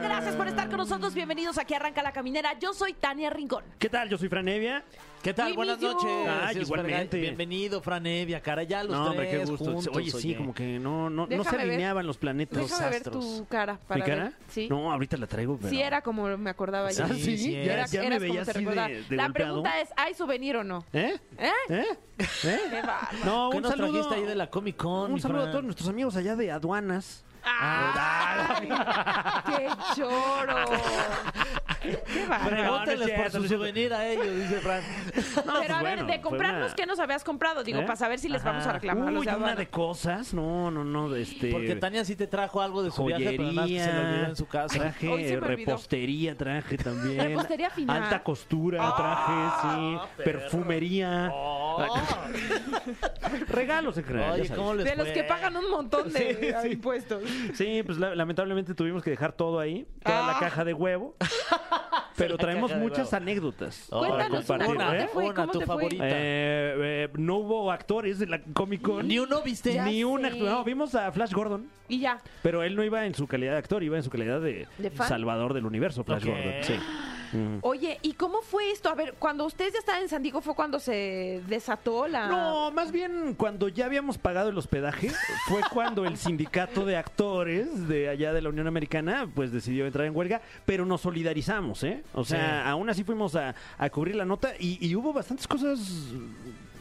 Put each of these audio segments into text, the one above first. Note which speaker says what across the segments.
Speaker 1: Gracias por estar con nosotros. Bienvenidos aquí Arranca la Caminera. Yo soy Tania Rincón.
Speaker 2: ¿Qué tal? Yo soy Franevia.
Speaker 3: ¿Qué tal?
Speaker 1: We
Speaker 3: Buenas
Speaker 1: miss you.
Speaker 3: noches.
Speaker 2: Ay,
Speaker 3: Dios,
Speaker 2: igualmente.
Speaker 3: Fergay. Bienvenido, Franevia, cara. Ya los
Speaker 2: No,
Speaker 3: tres
Speaker 2: hombre, qué gusto.
Speaker 3: juntos,
Speaker 2: oye, sí, como que no, no, no se
Speaker 4: Déjame ver.
Speaker 2: alineaban los planetas.
Speaker 4: Déjame ver
Speaker 3: astros.
Speaker 4: tu cara para
Speaker 2: ¿Mi cara?
Speaker 4: ver. Sí.
Speaker 2: No, ahorita la traigo, pero...
Speaker 4: Sí era como me acordaba yo.
Speaker 2: Ah, sí,
Speaker 3: Sí, sí
Speaker 2: ya,
Speaker 4: Era,
Speaker 3: eras-
Speaker 2: ya me
Speaker 4: eras
Speaker 2: veía
Speaker 4: como te
Speaker 2: así de,
Speaker 4: recordaba.
Speaker 2: de
Speaker 4: La
Speaker 2: golpeado.
Speaker 4: pregunta es, ¿hay souvenir o no?
Speaker 2: ¿Eh?
Speaker 4: ¿Eh?
Speaker 2: ¿Eh? ¿Eh?
Speaker 4: Qué bárbaro.
Speaker 2: No,
Speaker 3: ¿Qué
Speaker 2: un
Speaker 3: nos
Speaker 2: saludo,
Speaker 3: trajiste ahí de la Comic Con?
Speaker 2: un
Speaker 3: mi
Speaker 2: saludo a
Speaker 3: Fran?
Speaker 2: todos nuestros amigos allá de aduanas. Ah,
Speaker 4: ¡Qué choro! ¡Qué bárbaro!
Speaker 2: No, no es
Speaker 3: Pregúntenles
Speaker 2: cierto, no
Speaker 3: por su
Speaker 2: es cierto.
Speaker 3: souvenir a ellos, dice Fran.
Speaker 4: Pero a
Speaker 2: pues
Speaker 4: ver,
Speaker 2: bueno,
Speaker 4: de
Speaker 2: fue
Speaker 4: comprarnos,
Speaker 2: una-
Speaker 4: ¿qué nos habías comprado? Digo,
Speaker 2: ¿Eh?
Speaker 4: para saber si les vamos a
Speaker 2: Ajá.
Speaker 4: reclamar. a los
Speaker 2: Uy,
Speaker 4: de
Speaker 2: una
Speaker 4: aduana.
Speaker 2: de cosas. No, no, no, de este...
Speaker 3: Porque Tania sí te trajo algo de su viaje, pero nada más que se lo olvidó en su casa.
Speaker 2: Traje
Speaker 4: Hoy se me olvidó.
Speaker 2: repostería, traje también.
Speaker 4: Repostería final. Ah,
Speaker 2: Alta costura, traje, sí. Perfumería.
Speaker 4: Ah.
Speaker 2: Regalos en general. ya
Speaker 3: Oye,
Speaker 2: sabes.
Speaker 3: ¿cómo les
Speaker 4: De los
Speaker 3: fue?
Speaker 4: que pagan un montón de
Speaker 2: Sí,
Speaker 4: ah,
Speaker 2: sí.
Speaker 4: impuestos.
Speaker 2: Sí, pues la- lamentablemente tuvimos que dejar todo ahí, toda la
Speaker 4: Ah.
Speaker 2: caja de huevo. Pero
Speaker 3: La
Speaker 2: traemos
Speaker 3: caja de
Speaker 2: muchas
Speaker 3: huevo.
Speaker 2: anécdotas para
Speaker 4: Cuéntanos una,
Speaker 2: compartir.
Speaker 4: ¿cómo
Speaker 2: ¿eh?
Speaker 4: te fue?
Speaker 3: Una,
Speaker 4: ¿Cómo
Speaker 3: tu
Speaker 4: te
Speaker 3: favorita.
Speaker 4: fue?
Speaker 2: Eh, eh, no hubo actores de la Comic Con.
Speaker 3: Ni uno viste.
Speaker 4: Ya
Speaker 2: Ni un
Speaker 4: sé.
Speaker 2: actor. No, vimos a Flash Gordon,
Speaker 4: Y ya.
Speaker 2: pero él no iba en su calidad de actor, iba en su calidad de,
Speaker 4: ¿De fan?
Speaker 2: salvador del universo, Flash
Speaker 3: Ok.
Speaker 2: Gordon. Sí. Mm.
Speaker 4: Oye, ¿y cómo fue esto? A ver, cuando ustedes ya estaban en San Diego, ¿fue cuando se desató la...?
Speaker 3: Ah.
Speaker 2: No, más bien cuando ya habíamos pagado el hospedaje, fue cuando el sindicato de actores de allá de la Unión Americana, pues decidió entrar en huelga, pero nos solidarizamos, ¿eh? O sea, aún así fuimos a, a cubrir la nota y, y hubo bastantes cosas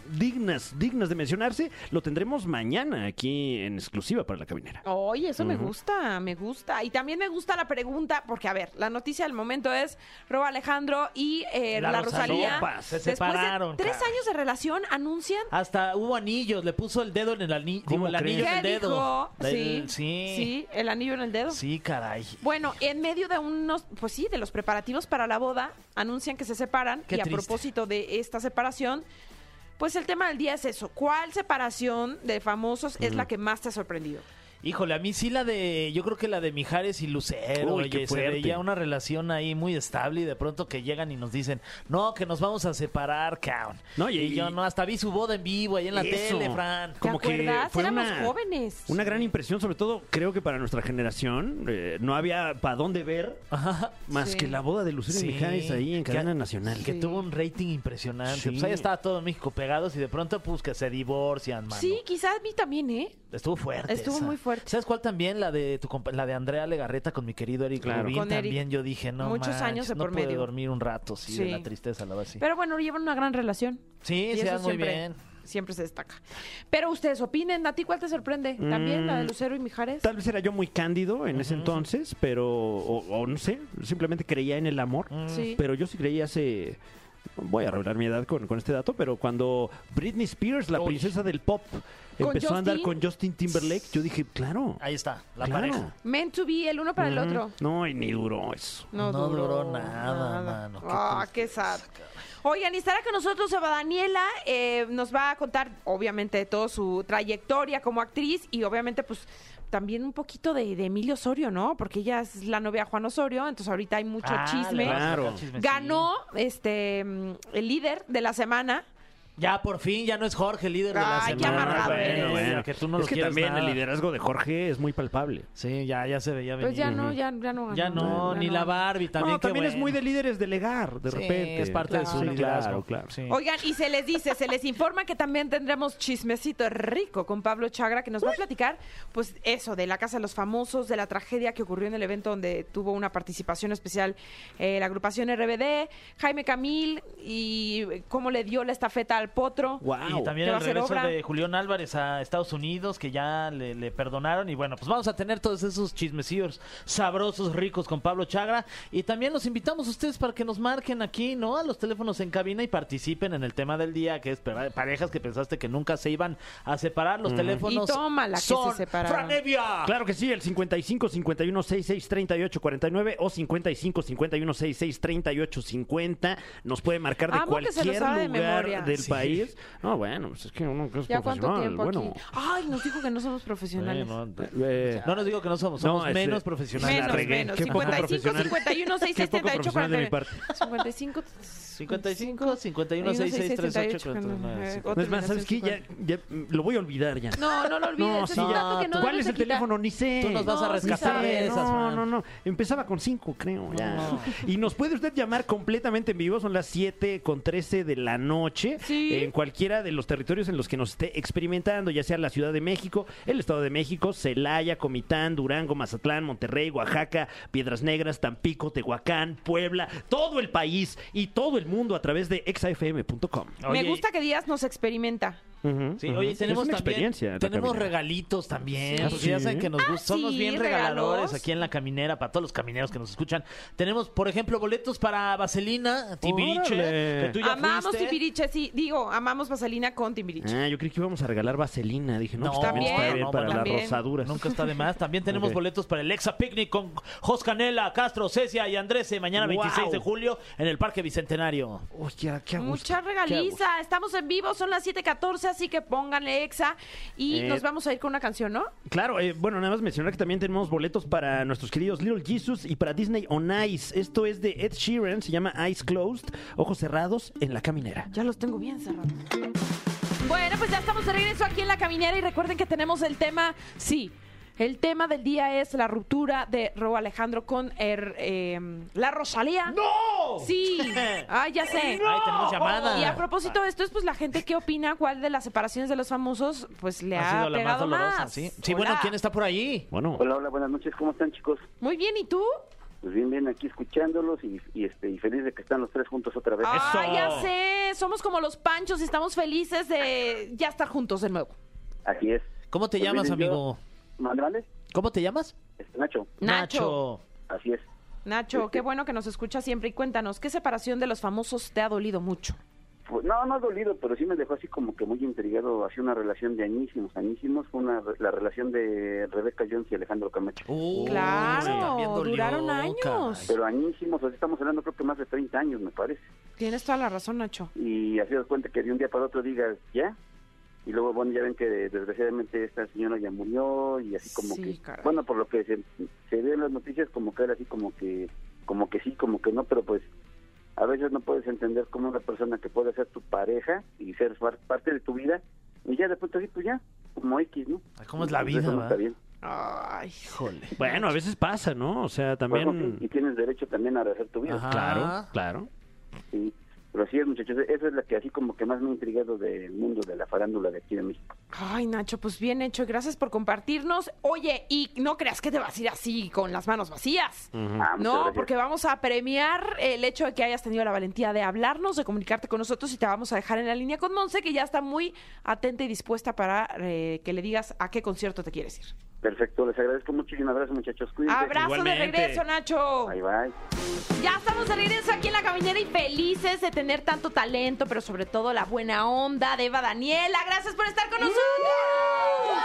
Speaker 2: dignas, dignas de mencionarse. Lo tendremos mañana aquí en exclusiva para la cabinera.
Speaker 4: Oye, eso me gusta, me gusta. Y también me gusta la pregunta, porque a ver, la noticia del momento es Roba Alejandro y eh,
Speaker 3: La
Speaker 4: la,
Speaker 3: Rosalía.
Speaker 4: Rosalía.
Speaker 2: Sopas, se
Speaker 4: después
Speaker 3: separaron,
Speaker 4: de tres
Speaker 3: caray.
Speaker 4: años de relación, anuncian.
Speaker 3: Hasta hubo anillos, le puso el dedo en el anillo.
Speaker 2: ¿Cómo
Speaker 3: Digo, el anillo en
Speaker 4: ¿Qué
Speaker 3: el dedo.
Speaker 4: dijo? Sí,
Speaker 3: Del- sí.
Speaker 4: sí, el anillo en el dedo.
Speaker 3: Sí, caray.
Speaker 4: Bueno, en medio de unos, pues sí, de los preparativos para la boda, anuncian que se separan.
Speaker 3: Qué
Speaker 4: y a
Speaker 3: triste.
Speaker 4: propósito de esta separación, pues el tema del día es eso. ¿Cuál separación de famosos es la que más te ha sorprendido?
Speaker 3: Híjole, a mí sí la de, yo creo que la de Mijares y Lucero,
Speaker 2: Uy, qué
Speaker 3: oye, se
Speaker 2: fuerte.
Speaker 3: veía una relación ahí muy estable y de pronto que llegan y nos dicen, no, que nos vamos a separar, caón.
Speaker 2: No, y-
Speaker 3: y, yo no, hasta vi su boda en vivo ahí en la
Speaker 2: Eso.
Speaker 3: tele, Fran.
Speaker 4: ¿Te acuerdas? Éramos jóvenes.
Speaker 2: Una gran impresión, sobre todo creo que para nuestra generación, eh, no había para dónde ver
Speaker 3: Ajá.
Speaker 2: más
Speaker 4: Sí.
Speaker 2: que la boda de Lucero
Speaker 3: Ah, Sí.
Speaker 2: y Mijares ahí Pues en
Speaker 3: Que-
Speaker 2: cadena nacional.
Speaker 3: Que tuvo un rating impresionante.
Speaker 2: Sí.
Speaker 3: Pues ahí estaba todo México pegados y de pronto pues que se divorcian, mano.
Speaker 4: Sí, quizás a mí también, ¿eh?
Speaker 3: Estuvo fuerte.
Speaker 4: Estuvo
Speaker 3: esa.
Speaker 4: muy fuerte.
Speaker 3: ¿Sabes cuál también? La de tu compa- la de Andrea Legarreta con mi querido Eric
Speaker 2: Claro.
Speaker 3: Rubín.
Speaker 4: Con Eric.
Speaker 3: También yo dije, no
Speaker 4: Muchos
Speaker 3: manches,
Speaker 4: años de
Speaker 3: no
Speaker 4: por
Speaker 3: pude
Speaker 4: medio.
Speaker 3: dormir un rato, sí, de
Speaker 4: Sí.
Speaker 3: la tristeza, la verdad, sí.
Speaker 4: Pero bueno, llevan una gran relación.
Speaker 3: Sí,
Speaker 4: Y
Speaker 3: se
Speaker 4: eso
Speaker 3: dan muy
Speaker 4: siempre-
Speaker 3: bien.
Speaker 4: Siempre se destaca. Pero ustedes opinen, ¿a ti cuál te sorprende? ¿También la de
Speaker 3: Mm.
Speaker 4: Lucero y Mijares?
Speaker 2: Tal vez era yo muy cándido en ese entonces, pero, o, o no sé, simplemente creía en el amor.
Speaker 3: Mm.
Speaker 4: Sí.
Speaker 2: Pero yo sí creía hace, voy a revelar mi edad con, con este dato, pero cuando Britney Spears, la
Speaker 3: Uy.
Speaker 2: princesa del pop,
Speaker 4: ¿Con
Speaker 2: empezó a andar
Speaker 4: Justin?
Speaker 2: con Justin Timberlake, yo dije, claro,
Speaker 3: Ahí está, la
Speaker 2: claro.
Speaker 3: pareja.
Speaker 4: Meant to be, el uno para el
Speaker 2: Ujú.
Speaker 4: otro.
Speaker 2: No, y ni duró eso.
Speaker 3: No duró nada, mano, qué
Speaker 4: Ah, qué sad. Oigan, y estará con nosotros Eva Daniela. eh, nos va a contar, obviamente, de toda su trayectoria como actriz y, obviamente, pues también un poquito de, de Emilio Osorio, ¿no? Porque ella es la novia de Juan Osorio, entonces ahorita hay mucho
Speaker 3: Ah,
Speaker 4: chisme.
Speaker 3: le vas a sacar
Speaker 2: Claro.
Speaker 4: pues,
Speaker 3: chismecito.
Speaker 4: Ganó este mm, el líder de la semana.
Speaker 3: Ya por fin, ya no es Jorge líder de la
Speaker 4: Ay, qué
Speaker 3: semana.
Speaker 4: amarrado
Speaker 3: güey,
Speaker 4: eres.
Speaker 3: ya Que tú no
Speaker 2: es
Speaker 3: lo
Speaker 2: que
Speaker 3: quieres
Speaker 2: también
Speaker 3: nada.
Speaker 2: el liderazgo de Jorge es muy palpable.
Speaker 3: Sí, ya, ya se veía venir.
Speaker 4: Pues ya no, ya, ya no ganó.
Speaker 3: Ya no,
Speaker 4: ya
Speaker 3: ni
Speaker 4: no
Speaker 3: la
Speaker 4: ganó.
Speaker 3: Barbie también.
Speaker 2: no,
Speaker 3: qué
Speaker 2: también es
Speaker 3: bueno.
Speaker 2: muy de líderes delegar, de
Speaker 3: Sí,
Speaker 2: repente.
Speaker 3: Es parte de su
Speaker 2: Sí, Claro,
Speaker 3: liderazgo.
Speaker 2: claro.
Speaker 3: Sí.
Speaker 4: Oigan, y se les dice, se les informa que también tendremos chismecito rico con Pablo Chagra, que nos va a platicar, pues, eso, de la Casa de los Famosos, de la tragedia que ocurrió en el evento donde tuvo una participación especial eh, la agrupación RBD, Jaime Camil, y eh, cómo le dio la estafeta al potro.
Speaker 2: Wow.
Speaker 3: Y también
Speaker 4: Que va
Speaker 3: el
Speaker 4: a ser
Speaker 3: regreso
Speaker 4: obra.
Speaker 3: de Julián Álvarez a Estados Unidos, que ya le, le perdonaron. Y bueno, pues vamos a tener todos esos chismecillos sabrosos, ricos con Pablo Chagra. Y también los invitamos a ustedes para que nos marquen aquí, ¿no? A los teléfonos en cabina y participen en el tema del día, que es pare- parejas que pensaste que nunca se iban a separar.
Speaker 2: Mm.
Speaker 3: Los teléfonos
Speaker 4: Y tómala que se
Speaker 3: son
Speaker 4: separaron.
Speaker 3: Fran
Speaker 4: Ah.
Speaker 3: Evia.
Speaker 2: Claro que sí, el 55 51 66 38 49 o 55 51 66 38 50 nos puede marcar de
Speaker 4: Amo que se lo
Speaker 2: cualquier
Speaker 4: sabe de
Speaker 2: lugar
Speaker 4: memoria.
Speaker 2: del
Speaker 3: Sí,
Speaker 2: país. No, bueno, pues es que uno que es
Speaker 4: ¿Ya cuánto
Speaker 2: profesional,
Speaker 4: tiempo
Speaker 2: bueno.
Speaker 4: aquí? Ay, nos dijo que no somos profesionales.
Speaker 3: no,
Speaker 2: Eh,
Speaker 3: no nos digo que no somos, somos
Speaker 2: No, este-
Speaker 3: menos profesionales.
Speaker 4: Menos,
Speaker 2: La regué.
Speaker 4: menos.
Speaker 2: Qué poco
Speaker 4: 55,
Speaker 2: profesional.
Speaker 4: 51, 6,
Speaker 2: Qué poco
Speaker 4: 78,
Speaker 2: profesional de mi
Speaker 4: 49.
Speaker 2: parte.
Speaker 4: 55,
Speaker 3: 55, 51, 66, 38, 49.
Speaker 4: O
Speaker 2: No, es más, ¿sabes qué? Ya,
Speaker 4: terminación
Speaker 2: ya, mm, lo voy a olvidar ya.
Speaker 4: No, no lo olvides.
Speaker 2: No,
Speaker 4: es
Speaker 2: sí,
Speaker 4: un
Speaker 2: ya.
Speaker 4: dato que no
Speaker 2: ¿Cuál
Speaker 4: debes
Speaker 2: es
Speaker 4: de
Speaker 2: el
Speaker 4: quitar.
Speaker 2: teléfono? Ni sé.
Speaker 3: Tú nos vas
Speaker 2: No,
Speaker 3: a
Speaker 2: sí
Speaker 3: rescatar
Speaker 2: sé.
Speaker 3: esas,
Speaker 2: No,
Speaker 3: man.
Speaker 2: no, no. Empezaba con 5, creo. ya.
Speaker 3: No.
Speaker 2: Y nos puede usted llamar completamente en vivo. Son las 7 con 13 de la noche.
Speaker 4: Sí.
Speaker 2: En cualquiera de los territorios en los que nos esté experimentando, ya sea la Ciudad de México, el Estado de México, Celaya, Comitán, Durango, Mazatlán, Monterrey, Oaxaca, Piedras Negras, Tampico, Tehuacán, Puebla, todo el país y todo el mundo a través de exafm.com.
Speaker 4: Me
Speaker 3: Oye,
Speaker 4: gusta que Díaz nos experimenta.
Speaker 2: Ujú,
Speaker 3: Sí,
Speaker 2: ujú.
Speaker 3: oye, tenemos
Speaker 2: es una
Speaker 3: también-
Speaker 2: experiencia. la
Speaker 3: tenemos
Speaker 2: caminata.
Speaker 3: regalitos también,
Speaker 2: Sí.
Speaker 3: porque ya saben que nos gusta, somos
Speaker 4: Ah, sí,
Speaker 3: bien regaladores
Speaker 4: regalos.
Speaker 3: aquí en la caminera para todos los camineros que nos escuchan. Tenemos, por ejemplo, boletos para Vaselina, Tibiriche,
Speaker 2: Órale.
Speaker 3: que tú ya
Speaker 4: Amamos
Speaker 3: fuiste.
Speaker 4: Timbiriche, sí. Digo, amamos Vaselina con Timbiriche.
Speaker 2: Ah, yo creí que íbamos a regalar vaselina. Dije, no,
Speaker 3: No,
Speaker 2: pues también está
Speaker 4: también,
Speaker 2: bien
Speaker 3: no,
Speaker 2: para
Speaker 3: bueno,
Speaker 4: también.
Speaker 2: las rosaduras.
Speaker 3: Nunca está de más. También tenemos
Speaker 2: Ok.
Speaker 3: boletos para el Exa Picnic con Jos Canela, Castro, Cecia y Andrés eh, mañana 26
Speaker 2: Wow.
Speaker 3: de julio en el Parque Bicentenario.
Speaker 2: Oye, qué a gusto,
Speaker 4: Mucha
Speaker 2: qué a gusto.
Speaker 4: regaliza. Estamos en vivo, son las 7:14, así que pónganle exa. Y
Speaker 2: Eh,
Speaker 4: nos vamos a ir con una canción, ¿no?
Speaker 2: Claro, eh, bueno, nada más mencionar que también tenemos boletos para nuestros queridos Little Jesus y para Disney on Ice. Esto es de Ed Sheeran, se llama Eyes Closed, ojos cerrados en la caminera.
Speaker 4: Ya los tengo bien cerrados. Bueno, pues ya estamos de regreso aquí en la caminera y recuerden que tenemos el tema, sí. El tema del día es la ruptura de Robo Alejandro con er- em, la Rosalía.
Speaker 3: ¡No!
Speaker 4: Sí. Ah, ya sé.
Speaker 3: Ahí tenemos llamada.
Speaker 4: Y a propósito de esto, es pues la gente que opina cuál de las separaciones de los famosos pues le ha,
Speaker 3: ha sido la más
Speaker 4: pegado
Speaker 3: dolorosa,
Speaker 4: más.
Speaker 3: sí. Sí,
Speaker 4: Hola.
Speaker 3: bueno, ¿quién está por ahí?
Speaker 2: Bueno,
Speaker 5: Hola, hola, buenas noches, ¿cómo están chicos?
Speaker 4: Muy bien, ¿y tú?
Speaker 5: Pues bien, bien, aquí escuchándolos y, y, este, y feliz de que están los tres juntos otra vez.
Speaker 4: Ah,
Speaker 3: Eso.
Speaker 4: ya sé. Somos como los panchos y estamos felices de ya estar juntos de nuevo.
Speaker 5: Así es.
Speaker 3: ¿Cómo te
Speaker 5: Pues
Speaker 3: llamas,
Speaker 5: miren, yo-
Speaker 3: amigo?
Speaker 5: ¿Mande, mande?
Speaker 3: ¿Cómo te llamas?
Speaker 5: Este, Nacho,
Speaker 4: Nacho.
Speaker 5: así es.
Speaker 4: Nacho, qué bueno que nos escucha siempre y cuéntanos, ¿qué separación de los famosos te ha dolido mucho?
Speaker 5: Fue- no, no ha dolido, pero sí me dejó así como que muy intrigado. Hacía una relación de añísimos, añísimos. Fue una, re- la relación de Rebeca Jones y Alejandro Camacho.
Speaker 3: Uy, también
Speaker 4: claro,
Speaker 3: dolió,
Speaker 4: duraron años.
Speaker 3: caray.
Speaker 5: Pero añísimos, o sea, estamos hablando creo que más de 30 años, me parece.
Speaker 4: Tienes toda la razón, Nacho.
Speaker 5: Y así das cuenta que de un día para otro digas, ¿ya? Y luego, bueno, ya ven que desgraciadamente esta señora ya murió y así como
Speaker 4: Sí,
Speaker 5: que...
Speaker 4: caray.
Speaker 5: Bueno, por lo que se, se ve en las noticias, como que era así como que, como que sí, como que no, pero pues a veces no puedes entender cómo una persona que puede ser tu pareja y ser par- parte de tu vida, y ya de pronto así, pues ya, como X, ¿no?
Speaker 3: Ay, ¿Cómo es la
Speaker 5: Entonces,
Speaker 3: vida,
Speaker 5: eso no
Speaker 3: va?
Speaker 5: está bien.
Speaker 4: Ay,
Speaker 3: Híjole.
Speaker 2: bueno, a veces pasa, ¿no? O sea,
Speaker 5: Bueno, sí, y
Speaker 2: también...
Speaker 5: tienes derecho también a rehacer tu vida.
Speaker 3: Ajá.
Speaker 2: Claro, claro.
Speaker 5: Sí. Pero así es, muchachos, esa es la que así como que más me ha intrigado del mundo de la farándula de aquí de México.
Speaker 4: ay, Nacho, pues bien hecho y gracias por compartirnos. Oye, y no creas que te vas a ir así con las manos vacías.
Speaker 5: Ah, muchas
Speaker 4: No,
Speaker 5: gracias.
Speaker 4: porque vamos a premiar el hecho de que hayas tenido la valentía de hablarnos, de comunicarte con nosotros y te vamos a dejar en la línea con Monse, que ya está muy atenta y dispuesta para eh, que le digas a qué concierto te quieres ir.
Speaker 5: Perfecto, les agradezco mucho y un abrazo, muchachos. Cuídense.
Speaker 4: Abrazo de
Speaker 2: Igualmente.
Speaker 4: regreso, Nacho.
Speaker 5: Bye, bye.
Speaker 4: Ya estamos de regreso aquí en la caminera y felices de tener tanto talento, pero sobre todo la buena onda de Eva Daniela. Gracias por estar con nosotros.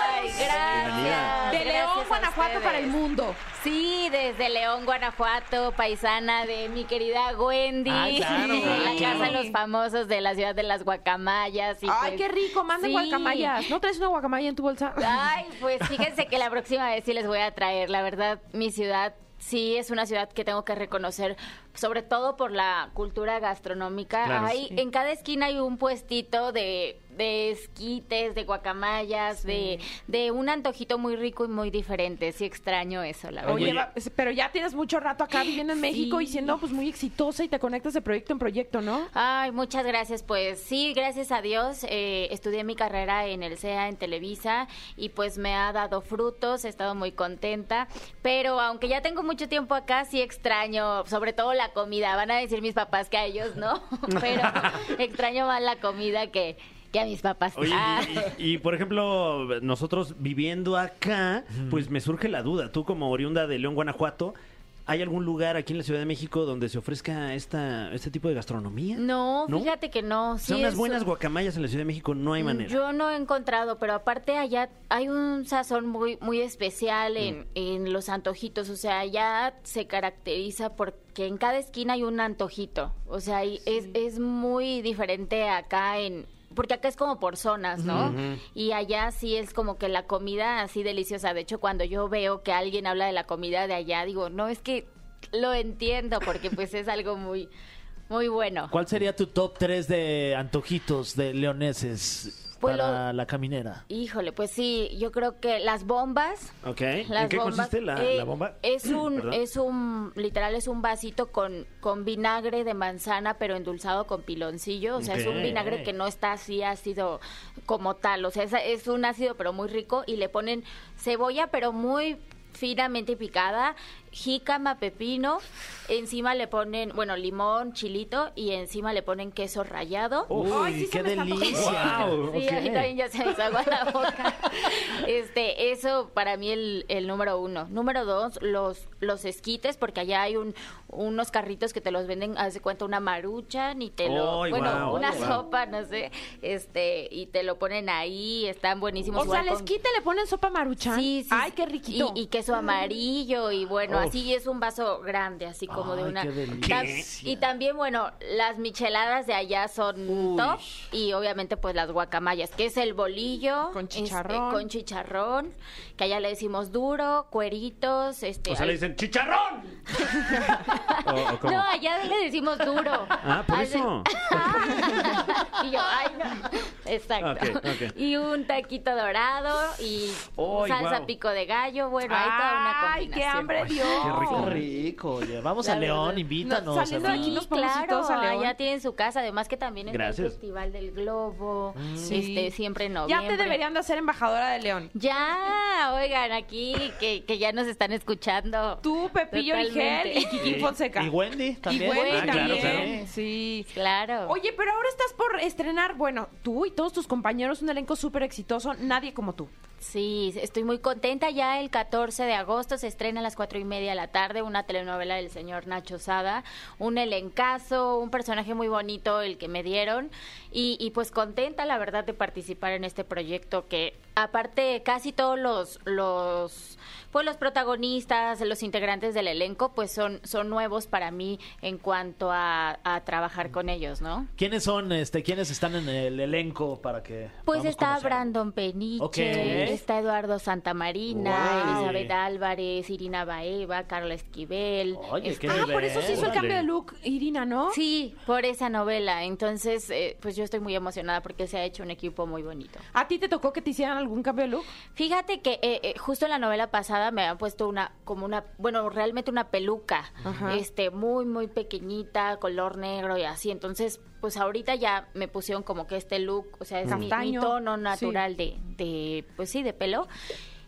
Speaker 6: Ay, gracias.
Speaker 4: De León,
Speaker 6: Gracias a
Speaker 4: Guanajuato
Speaker 6: ustedes.
Speaker 4: para el mundo.
Speaker 6: Sí, desde León, Guanajuato, paisana de mi querida Wendy.
Speaker 3: Ay, claro,
Speaker 6: de la
Speaker 3: claro.
Speaker 6: casa de los famosos de la ciudad de las guacamayas. Y
Speaker 4: Ay,
Speaker 6: pues-
Speaker 4: qué rico, manden
Speaker 6: Sí.
Speaker 4: guacamayas. ¿No traes una guacamaya en tu bolsa?
Speaker 6: Ay, pues fíjense que la próxima vez sí les voy a traer. La verdad, mi ciudad sí es una ciudad que tengo que reconocer, sobre todo por la cultura gastronómica.
Speaker 2: Claro.
Speaker 6: Hay- En cada esquina hay un puestito de, de esquites, de guacamayas, de, de un antojito muy rico y muy diferente. Sí extraño eso, la verdad.
Speaker 4: Oye, Eva, es- pero ya tienes mucho rato acá viviendo en México y
Speaker 6: Sí.
Speaker 4: siendo pues muy exitosa y te conectas de proyecto en proyecto, ¿no?
Speaker 6: Ay, muchas gracias. Pues sí, gracias a Dios eh, estudié mi carrera en el CEA, en Televisa, y pues me ha dado frutos, he estado muy contenta. Pero aunque ya tengo mucho tiempo acá, sí extraño, sobre todo la comida. Van a decir mis papás que a ellos no, pero extraño más la comida que, que a mis papás.
Speaker 2: Oye,
Speaker 6: Ah.
Speaker 2: y, y- y, por ejemplo, nosotros viviendo acá, pues me surge la duda. Tú como oriunda de León, Guanajuato, ¿hay algún lugar aquí en la Ciudad de México donde se ofrezca esta, este tipo de gastronomía?
Speaker 6: No, fíjate que no.
Speaker 2: O
Speaker 6: Sí,
Speaker 2: sea, unas
Speaker 6: es-
Speaker 2: buenas guacamayas en la Ciudad de México no hay manera.
Speaker 6: Mm, Yo no he encontrado, pero aparte allá hay un sazón muy, muy especial en,
Speaker 2: Mm.
Speaker 6: en los antojitos. O sea, allá se caracteriza porque en cada esquina hay un antojito. O sea, y es, es muy diferente acá en porque acá es como por zonas, ¿no? Y allá sí es como que la comida así deliciosa. De hecho, cuando yo veo que alguien habla de la comida de allá, digo, no, es que lo entiendo porque pues es algo muy, muy bueno.
Speaker 3: ¿Cuál sería tu top 3 de antojitos de leoneses
Speaker 6: Pues lo-
Speaker 3: para la caminera?
Speaker 6: Híjole, pues sí, yo creo que las bombas.
Speaker 2: Ok.
Speaker 6: Las
Speaker 2: ¿En qué
Speaker 6: bombas,
Speaker 2: consiste la,
Speaker 6: eh,
Speaker 2: la bomba?
Speaker 6: Es un,
Speaker 2: Perdón.
Speaker 6: es un, literal es un vasito con, con vinagre de manzana, pero endulzado con piloncillo. O sea, es un
Speaker 2: Ok.
Speaker 6: vinagre que no está así ácido como tal. O sea, es, es un ácido pero muy rico y le ponen cebolla pero muy finamente picada, jícama, pepino, encima le ponen, bueno, limón, chilito y encima le ponen queso rallado.
Speaker 3: Uy,
Speaker 4: Ay, sí se
Speaker 3: qué
Speaker 4: me está antojando.
Speaker 3: delicia.
Speaker 2: Guau,
Speaker 6: Sí, a mí
Speaker 2: ok.
Speaker 6: también ya se me hizo agua la boca. Este, eso para mí el, el número uno. Número dos, los, los esquites, porque allá hay un, unos carritos que te los venden, haz de cuenta, una marucha, ni te lo,
Speaker 2: Ay,
Speaker 6: bueno,
Speaker 2: guau,
Speaker 6: una
Speaker 2: guau.
Speaker 6: sopa, no sé, este, y te lo ponen ahí, están buenísimos.
Speaker 4: O sea,
Speaker 6: igual
Speaker 4: les
Speaker 6: con-
Speaker 4: quita, le ponen sopa maruchan.
Speaker 6: Sí, sí.
Speaker 4: Ay,
Speaker 6: sí.
Speaker 4: qué riquito.
Speaker 6: Y, y queso amarillo, y bueno,
Speaker 3: Uf.
Speaker 6: así es un vaso grande, así como de
Speaker 3: Ay,
Speaker 6: una.
Speaker 3: qué
Speaker 6: Tam-
Speaker 3: delicia.
Speaker 6: y también, bueno, las micheladas de allá son
Speaker 3: Uy.
Speaker 6: top. Y obviamente, pues las guacamayas, que es el bolillo.
Speaker 4: Con
Speaker 6: este,
Speaker 4: chicharrón.
Speaker 6: con chicharrón, que allá le decimos duro, cueritos. Este,
Speaker 2: O sea, le
Speaker 6: al-
Speaker 2: dicen chicharrón. o, o cómo?
Speaker 6: No, allá le decimos duro.
Speaker 2: Ah, por
Speaker 6: Al de-
Speaker 2: eso.
Speaker 6: y yo, ay, no. Exacto.
Speaker 2: Ok, ok.
Speaker 6: Y un taquito dorado y
Speaker 2: Ay,
Speaker 6: salsa
Speaker 2: guau.
Speaker 6: pico de gallo. Bueno, hay toda una
Speaker 4: Ay,
Speaker 6: combinación.
Speaker 4: qué hambre dio.
Speaker 3: Qué rico, oye. Vamos
Speaker 6: La
Speaker 3: a León,
Speaker 6: verdad.
Speaker 3: invítanos.
Speaker 4: No, saliendo de aquí
Speaker 3: hermano.
Speaker 4: nos podemos ir todos a León.
Speaker 6: allá tienen su casa, además que también está el
Speaker 2: Gracias.
Speaker 6: Festival del Globo,
Speaker 4: Ah, Sí.
Speaker 6: este, siempre en
Speaker 4: Ya
Speaker 6: noviembre.
Speaker 4: te deberían de hacer embajadora de León.
Speaker 6: Ya, oigan, aquí que, que ya nos están escuchando.
Speaker 4: Tú, Pepillo
Speaker 6: Totalmente.
Speaker 4: Rigel y Kiki Fonseca.
Speaker 3: Y Wendy también.
Speaker 4: Y Wendy
Speaker 6: Ah, claro,
Speaker 4: también.
Speaker 3: claro.
Speaker 4: Sí.
Speaker 6: Claro.
Speaker 4: Oye, pero ahora estás por estrenar, bueno, tú y todos tus compañeros, un elenco súper exitoso, nadie como tú.
Speaker 6: Sí, estoy muy contenta. Ya el 14 de agosto se estrena a las cuatro y media de la tarde una telenovela del señor Nacho Sada, un elencazo, un personaje muy bonito el que me dieron y, y pues contenta la verdad de participar en este proyecto que aparte casi todos los los pues los protagonistas, los integrantes del elenco pues son son nuevos para mí en cuanto a, a trabajar con ellos, ¿no?
Speaker 3: ¿Quiénes son, este, quiénes están en el elenco para que
Speaker 6: Pues
Speaker 3: podamos
Speaker 6: está
Speaker 3: conocer?
Speaker 6: Brandon Peniche,
Speaker 3: Ok.
Speaker 6: está Eduardo Santamarina,
Speaker 3: Guay.
Speaker 6: Elizabeth Álvarez, Irina Baeva, Carla Esquivel.
Speaker 3: Oye, qué
Speaker 6: este-
Speaker 4: Ah, por eso se hizo el
Speaker 2: Órale.
Speaker 4: cambio de look, Irina, ¿no?
Speaker 6: Sí, por esa novela. Entonces, eh, pues yo estoy muy emocionada porque se ha hecho un equipo muy bonito.
Speaker 4: ¿A ti te tocó que te hicieran algún cambio de look?
Speaker 6: Fíjate que eh, eh, justo en la novela pasada me han puesto una, como una, bueno, realmente una peluca,
Speaker 4: Ajá.
Speaker 6: este, muy, muy pequeñita, color negro y así. Entonces, pues ahorita ya me pusieron como que este look, o sea, es mi- mi,
Speaker 4: Castaño.
Speaker 6: tono
Speaker 4: Sí.
Speaker 6: natural de, de, pues sí, de pelo.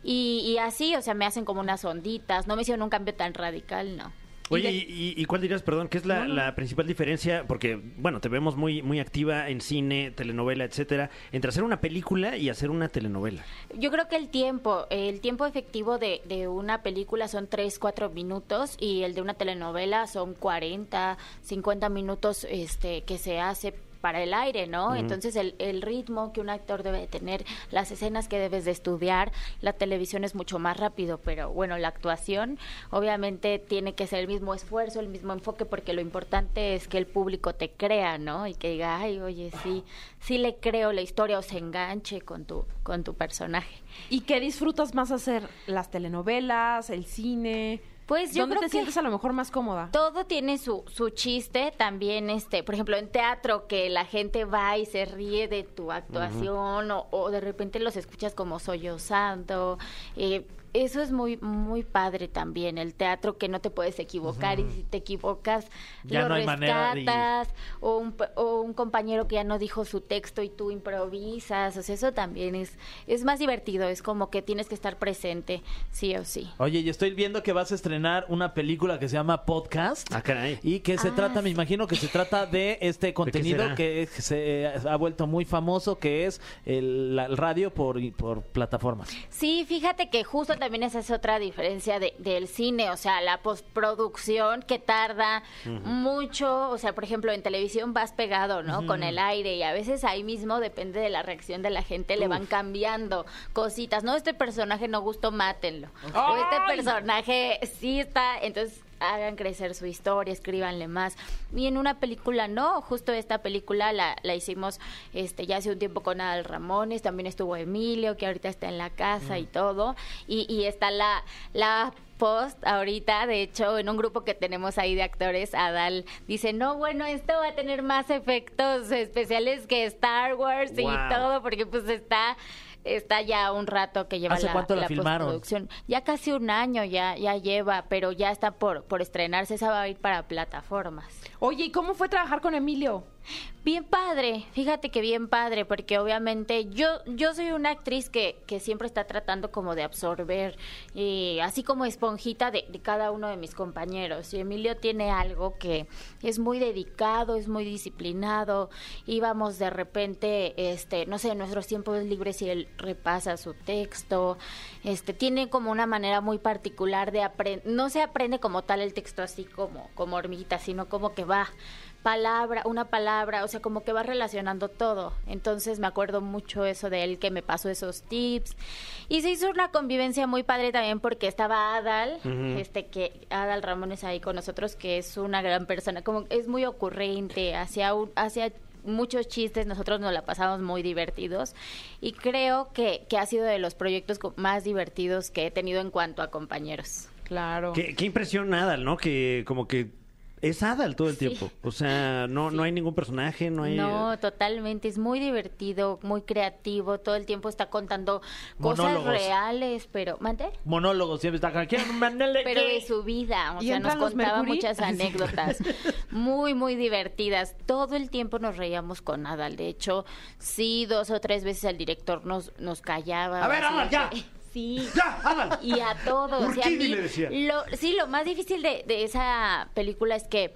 Speaker 6: Y, y así, o sea, me hacen como unas onditas. No me hicieron un cambio tan radical, no.
Speaker 2: Oye, y, y- y cuál dirías, perdón, qué es la, la principal diferencia? Porque, bueno, te vemos muy, muy activa en cine, telenovela, etcétera, entre hacer una película y hacer una telenovela.
Speaker 6: Yo creo que el tiempo, eh, el tiempo efectivo de, de una película son 3, 4 minutos y el de una telenovela son 40, 50 minutos este, que se hace para el aire, ¿no? Entonces el, el ritmo que un actor debe de tener, las escenas que debes de estudiar, la televisión es mucho más rápido, pero bueno, la actuación obviamente tiene que ser el mismo esfuerzo, el mismo enfoque, porque lo importante es que el público te crea, ¿no? Y que diga, ay, oye, sí, sí le creo la historia o se enganche con tu, con tu personaje.
Speaker 4: ¿Y qué disfrutas más hacer? ¿Las telenovelas, el cine?
Speaker 6: Pues yo
Speaker 4: ¿Dónde
Speaker 6: creo
Speaker 4: te
Speaker 6: que-
Speaker 4: sientes a lo mejor más cómoda?
Speaker 6: Todo tiene su, su chiste también, este, por ejemplo, en teatro que la gente va y se ríe de tu actuación o- o, de repente los escuchas como sollozando. eh, eso es muy muy padre también, el teatro que no te puedes equivocar y si te equivocas
Speaker 3: Ya
Speaker 6: lo
Speaker 3: no hay manera de-
Speaker 6: rescatas o, un, p- o un compañero que ya no dijo su texto y tú improvisas, o sea, eso también es es más divertido, es como que tienes que estar presente, sí o sí.
Speaker 3: Oye, y estoy viendo que vas a estrenar una película que se llama Podcast.
Speaker 2: Ah, caray.
Speaker 3: Y que se
Speaker 6: Ah,
Speaker 3: trata, me imagino que se trata de este contenido
Speaker 2: será?
Speaker 3: que es- se ha vuelto muy famoso, que es el, la- el radio por, por plataformas.
Speaker 6: Sí, fíjate que justo también esa es otra diferencia de- del cine, o sea, la postproducción que tarda mucho, o sea, por ejemplo, en televisión vas pegado, ¿no? Con el aire y a veces ahí mismo, depende de la reacción de la gente, le van cambiando cositas, ¿no? Este personaje no gustó, mátenlo. O este personaje sí está, entonces hagan crecer su historia, escríbanle más. Y en una película no, justo esta película la, la hicimos este ya hace un tiempo con Adal Ramones, también estuvo Emilio, que ahorita está en la casa y todo, y, y está la, la post ahorita, de hecho, en un grupo que tenemos ahí de actores, Adal dice, no, bueno, esto va a tener más efectos especiales que Star Wars
Speaker 2: Wow.
Speaker 6: y todo, porque pues está... Está ya un rato que lleva
Speaker 3: ¿Hace
Speaker 6: la,
Speaker 3: cuánto la filmaron?
Speaker 6: postproducción. Ya casi un año ya, ya lleva, pero ya está por, por estrenarse, esa va a ir para plataformas.
Speaker 4: Oye, ¿y cómo fue trabajar con Emilio?
Speaker 6: Bien padre, fíjate que bien padre, porque obviamente yo, yo soy una actriz que, que siempre está tratando como de absorber, eh, así como esponjita de, de cada uno de mis compañeros. Y Emilio tiene algo que es muy dedicado, es muy disciplinado, íbamos de repente, este, no sé, en nuestros tiempos libres y él repasa su texto, este, tiene como una manera muy particular de aprender, no se aprende como tal el texto así como, como hormiguita, sino como que va palabra, una palabra, o sea, como que va relacionando todo. Entonces me acuerdo mucho eso de él que me pasó esos tips. Y se hizo una convivencia muy padre también porque estaba Adal, este que Adal Ramones ahí con nosotros, que es una gran persona, como es muy ocurrente, hacia un, hacia muchos chistes, nosotros nos la pasamos muy divertidos y creo que, que ha sido de los proyectos co- más divertidos que he tenido en cuanto a compañeros.
Speaker 4: Claro.
Speaker 2: Qué, qué impresión Adal, ¿no? Que como que es Adal todo el tiempo. O sea, no, no hay ningún personaje, no hay... eh,
Speaker 6: No, totalmente. Es muy divertido, muy creativo. Todo el tiempo está contando cosas
Speaker 3: Monólogos.
Speaker 6: reales, pero. ¿Mande?
Speaker 3: Monólogos siempre está aquí.
Speaker 6: Pero de su vida. O
Speaker 4: ¿Y
Speaker 6: sea, nos
Speaker 4: entran los
Speaker 6: contaba
Speaker 4: Mercury?
Speaker 6: muchas anécdotas muy, muy divertidas. Todo el tiempo nos reíamos con Nadal. De hecho, sí, dos o tres veces el director nos, nos callaba.
Speaker 2: A ver,
Speaker 6: así
Speaker 2: Adal,
Speaker 6: de
Speaker 2: ya.
Speaker 6: que- Sí.
Speaker 2: ¡Ya, Adal!
Speaker 6: Y a todos. y a
Speaker 2: Urquidi
Speaker 6: mí,
Speaker 2: le decía.
Speaker 6: Lo, sí, lo más difícil de, de esa película es que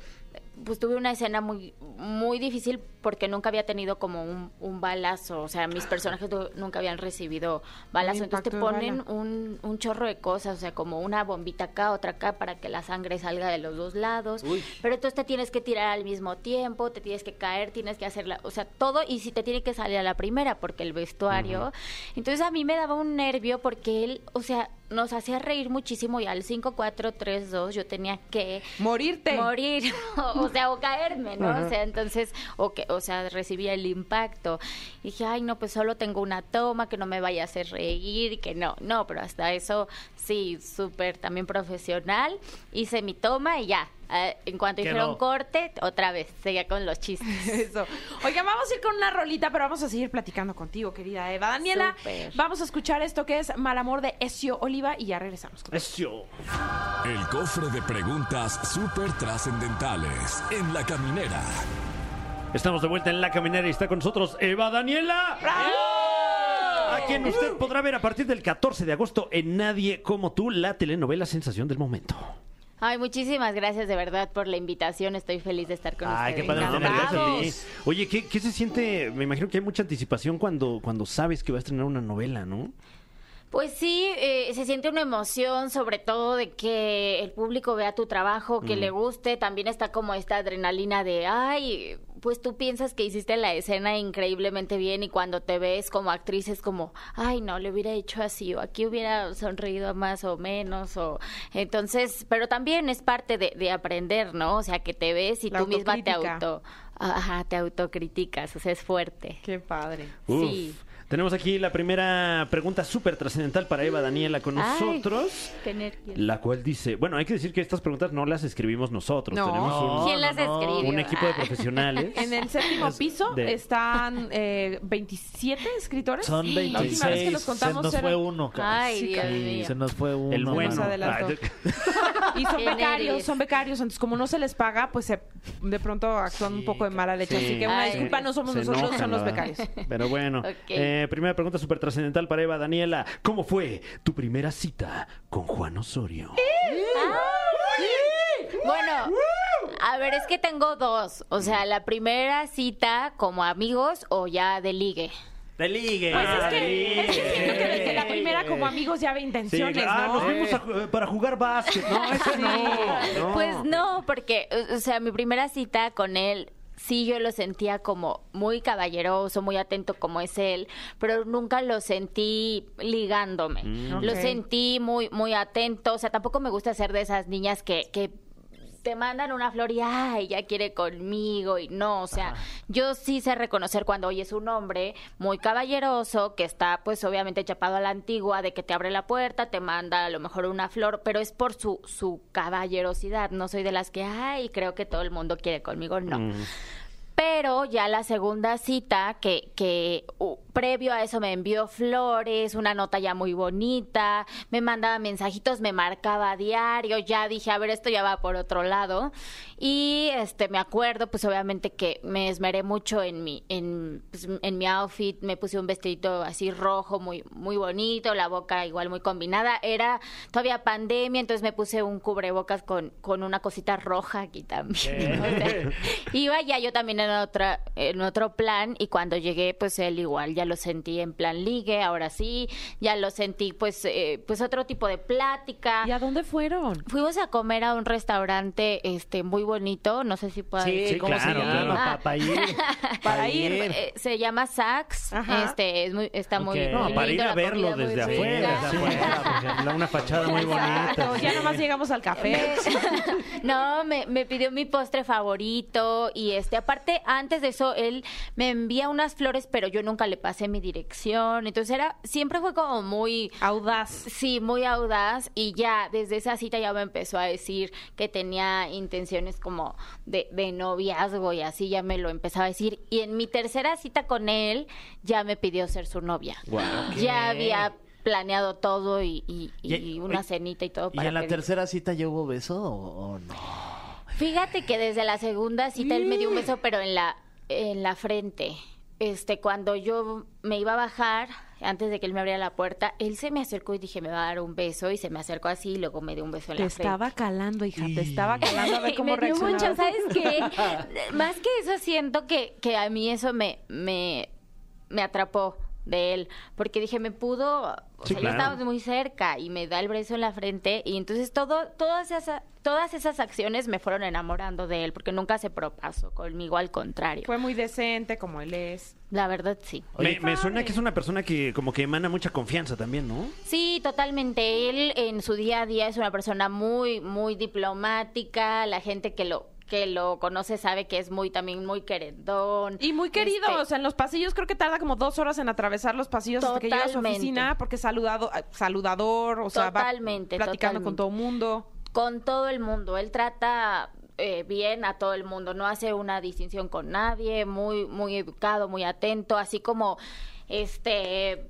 Speaker 6: pues tuve una escena muy muy difícil porque nunca había tenido como un, un balazo, o sea, mis personajes tu- nunca habían recibido balazo, entonces te
Speaker 4: impacto de
Speaker 6: ponen
Speaker 4: bala.
Speaker 6: un, un chorro de cosas, o sea, como una bombita acá, otra acá, para que la sangre salga de los dos lados, pero entonces te tienes que tirar al mismo tiempo, te tienes que caer, tienes que hacerla, o sea, todo, y si te tiene que salir a la primera, porque el vestuario, entonces a mí me daba un nervio porque él, o sea, nos hacía reír muchísimo y al 5, 4, 3, 2 yo tenía que
Speaker 4: Morirte.
Speaker 6: morir, o, o sea, o caerme, ¿no? O sea, entonces, o, que, o sea, recibía el impacto. Y dije, ay, no, pues solo tengo una toma, que no me vaya a hacer reír, que no, no, pero hasta eso, sí, súper también profesional. Hice mi toma y ya. Ah, en cuanto
Speaker 3: Que
Speaker 6: dijeron
Speaker 3: no.
Speaker 6: corte, otra vez, seguía con los chistes.
Speaker 4: Eso. Oigan, vamos a ir con una rolita, pero vamos a seguir platicando contigo, querida Eva. Daniela,
Speaker 6: Súper.
Speaker 4: vamos a escuchar esto que es Mal Amor de Ezio Oliva y ya regresamos. con-
Speaker 2: Eso.
Speaker 7: El cofre de preguntas súper trascendentales en la caminera.
Speaker 2: Estamos de vuelta en La Caminera y está con nosotros Eva Daniela.
Speaker 4: ¡Ah!
Speaker 2: A quien usted podrá ver a partir del 14 de agosto en Nadie como tú, la telenovela sensación del momento.
Speaker 6: Ay, muchísimas gracias de verdad por la invitación, estoy feliz de estar con
Speaker 3: Ay, qué
Speaker 6: ustedes.
Speaker 3: padre,
Speaker 2: No,
Speaker 3: Nos
Speaker 2: me
Speaker 4: encantados.
Speaker 2: parece a ti. Oye, ¿qué, qué se siente? Me imagino que hay mucha anticipación cuando, cuando sabes que va a estrenar una novela, ¿no?
Speaker 6: Pues sí, eh, se siente una emoción, sobre todo de que el público vea tu trabajo, que le guste. También está como esta adrenalina de, ay, pues tú piensas que hiciste la escena increíblemente bien y cuando te ves como actriz es como, ay, no, le hubiera hecho así o aquí hubiera sonreído más o menos o entonces, pero también es parte de, de aprender, ¿no? O sea, que te ves y
Speaker 4: La
Speaker 6: tú misma te
Speaker 4: autocrítica.
Speaker 6: auto, ajá, te autocriticas, o sea, es fuerte.
Speaker 4: Qué padre.
Speaker 2: Uf.
Speaker 6: Sí.
Speaker 2: Tenemos aquí la primera pregunta súper trascendental para Eva Daniela con
Speaker 6: Ay.
Speaker 2: nosotros.
Speaker 6: Qué nervios.
Speaker 2: La cual dice, bueno, hay que decir que estas preguntas no las escribimos nosotros.
Speaker 4: No.
Speaker 2: Tenemos un,
Speaker 6: ¿Quién las escribió?
Speaker 2: un equipo de
Speaker 6: Ah.
Speaker 2: profesionales.
Speaker 4: En el séptimo piso
Speaker 2: de-
Speaker 4: están eh, 27 escritores.
Speaker 3: Son
Speaker 4: Sí. La última vez que
Speaker 3: 26.
Speaker 4: los
Speaker 3: Se
Speaker 4: contamos
Speaker 3: nos
Speaker 4: era-
Speaker 3: fue uno, cabrón.
Speaker 6: Ay,
Speaker 4: Sí,
Speaker 6: Dios mío.
Speaker 3: Se nos fue uno.
Speaker 2: El bueno.
Speaker 4: Esa de las
Speaker 2: Ah,
Speaker 4: dos.
Speaker 2: yo-
Speaker 4: Y son
Speaker 6: Qué
Speaker 4: becarios,
Speaker 6: nervios.
Speaker 4: son becarios. Entonces, como no se les paga, pues se- de pronto actúan un poco de mala leche.
Speaker 2: Sí.
Speaker 4: Así que una
Speaker 6: Ay.
Speaker 4: disculpa, no somos
Speaker 2: Se
Speaker 4: nosotros,
Speaker 2: enojan,
Speaker 4: son los
Speaker 2: ¿verdad?
Speaker 4: becarios.
Speaker 2: Pero bueno,
Speaker 6: Ok.
Speaker 2: eh, primera pregunta súper trascendental para Eva Daniela. ¿Cómo fue tu primera cita con Juan Osorio?
Speaker 6: Ah. Bueno, a ver, es que tengo dos. O sea, la primera cita como amigos o ya de ligue.
Speaker 3: De ligue.
Speaker 4: Pues es
Speaker 3: Sí.
Speaker 4: que, es que siento que desde la primera, como amigos, ya ve intenciones,
Speaker 2: Ah,
Speaker 4: ¿no?
Speaker 2: nos vimos a- eh, para jugar básquet. No, ese no. no.
Speaker 6: Pues no, porque, o- o sea, mi primera cita con él, sí yo lo sentía como muy caballeroso, muy atento como es él, pero nunca lo sentí ligándome.
Speaker 4: ok.
Speaker 2: Mm.
Speaker 6: Lo sentí muy, muy atento. O sea, tampoco me gusta ser de esas niñas que, que te mandan una flor y ay, ya quiere conmigo y no, o sea, yo sí sé reconocer cuando hoy es un hombre muy caballeroso que está pues obviamente chapado a la antigua de que te abre la puerta, te manda a lo mejor una flor, pero es por su su caballerosidad, no soy de las que ay, creo que todo el mundo quiere conmigo, no. Pero ya la segunda cita, que, que uh, previo a eso me envió flores, una nota ya muy bonita, me mandaba mensajitos, me marcaba a diario, ya dije, a ver, esto ya va por otro lado. Y este me acuerdo, pues obviamente que me esmeré mucho en mi, en, pues, en mi outfit, me puse un vestidito así rojo, muy, muy bonito, la boca igual muy combinada. Era todavía pandemia, entonces me puse un cubrebocas con, con una cosita roja aquí también. O sea, iba ya yo también en otra en otro plan y cuando llegué pues él igual ya lo sentí en plan ligue ahora sí ya lo sentí pues eh, pues otro tipo de plática
Speaker 4: ¿Y a dónde fueron?
Speaker 6: fuimos a comer a un restaurante este muy bonito no sé si puedo
Speaker 3: Sí,
Speaker 2: Sí,
Speaker 3: ¿cómo
Speaker 2: claro,
Speaker 3: se llama?
Speaker 2: claro.
Speaker 3: Pa- pa'
Speaker 2: eh.
Speaker 3: ir.
Speaker 4: Ah, Para ir,
Speaker 6: Eh, se llama Sax
Speaker 4: Ajá.
Speaker 6: este es muy está muy,
Speaker 3: Ok.
Speaker 6: muy
Speaker 2: No, para ir
Speaker 6: lindo,
Speaker 2: a
Speaker 6: la
Speaker 2: verlo
Speaker 6: comida muy
Speaker 2: desde
Speaker 6: rica.
Speaker 2: afuera.
Speaker 3: desde
Speaker 2: sí.
Speaker 3: afuera,
Speaker 2: La- Una fachada muy bonita.
Speaker 4: Exacto, ya nomás llegamos al café.
Speaker 6: no, me, me pidió mi postre favorito y este, aparte, antes de eso, él me envía unas flores, pero yo nunca le pasé mi dirección. Entonces era, siempre fue como muy,
Speaker 4: Audaz.
Speaker 6: sí, muy audaz y ya desde esa cita ya me empezó a decir que tenía intenciones como de, de noviazgo y así ya me lo empezaba a decir. Y en mi tercera cita con él ya me pidió ser su novia. Ya había planeado todo y, y- y
Speaker 3: Y-
Speaker 6: una
Speaker 3: oye,
Speaker 6: cenita y todo.
Speaker 3: ¿Y en la
Speaker 6: que-
Speaker 3: tercera cita ya hubo beso o o no?
Speaker 6: Fíjate que desde la segunda cita él me dio un
Speaker 4: Mm.
Speaker 6: beso, pero en la, en la frente. Este, cuando yo me iba a bajar, antes de que él me abriera la puerta, él se me acercó y dije, me va a dar un beso, y se me acercó así, y luego me dio un beso en
Speaker 4: Te
Speaker 6: la frente.
Speaker 4: estaba calando, hija, te estaba calando a ver
Speaker 6: Y
Speaker 4: cómo
Speaker 6: me dio mucho,
Speaker 4: reaccionabas.
Speaker 6: ¿sabes qué? Más que eso, siento que, que a mí eso me, me, me atrapó de él, porque dije, me pudo, o
Speaker 2: Sí,
Speaker 6: sea,
Speaker 2: claro.
Speaker 6: yo estaba muy cerca y me da el beso en la frente y entonces todo, todas, esas, todas esas acciones me fueron enamorando de él, porque nunca se propasó conmigo, al contrario.
Speaker 4: Fue muy decente como él es.
Speaker 6: La verdad, sí.
Speaker 2: me, me suena que es una persona que como que emana mucha confianza también, ¿no?
Speaker 6: Sí, totalmente. Él en su día a día es una persona muy, muy diplomática. La gente que lo que lo conoce sabe que es muy también muy querendón
Speaker 4: Y muy querido,
Speaker 6: Este,
Speaker 4: o sea, en los pasillos creo que tarda como dos horas en atravesar los pasillos hasta que llega a su
Speaker 6: Totalmente.
Speaker 4: oficina porque es saludado, eh, saludador, o sea, va
Speaker 6: Totalmente,
Speaker 4: platicando con
Speaker 6: totalmente.
Speaker 4: todo el mundo.
Speaker 6: con todo el mundo. Él trata eh, bien a todo el mundo, no hace una distinción con nadie, muy, muy educado, muy atento, así como este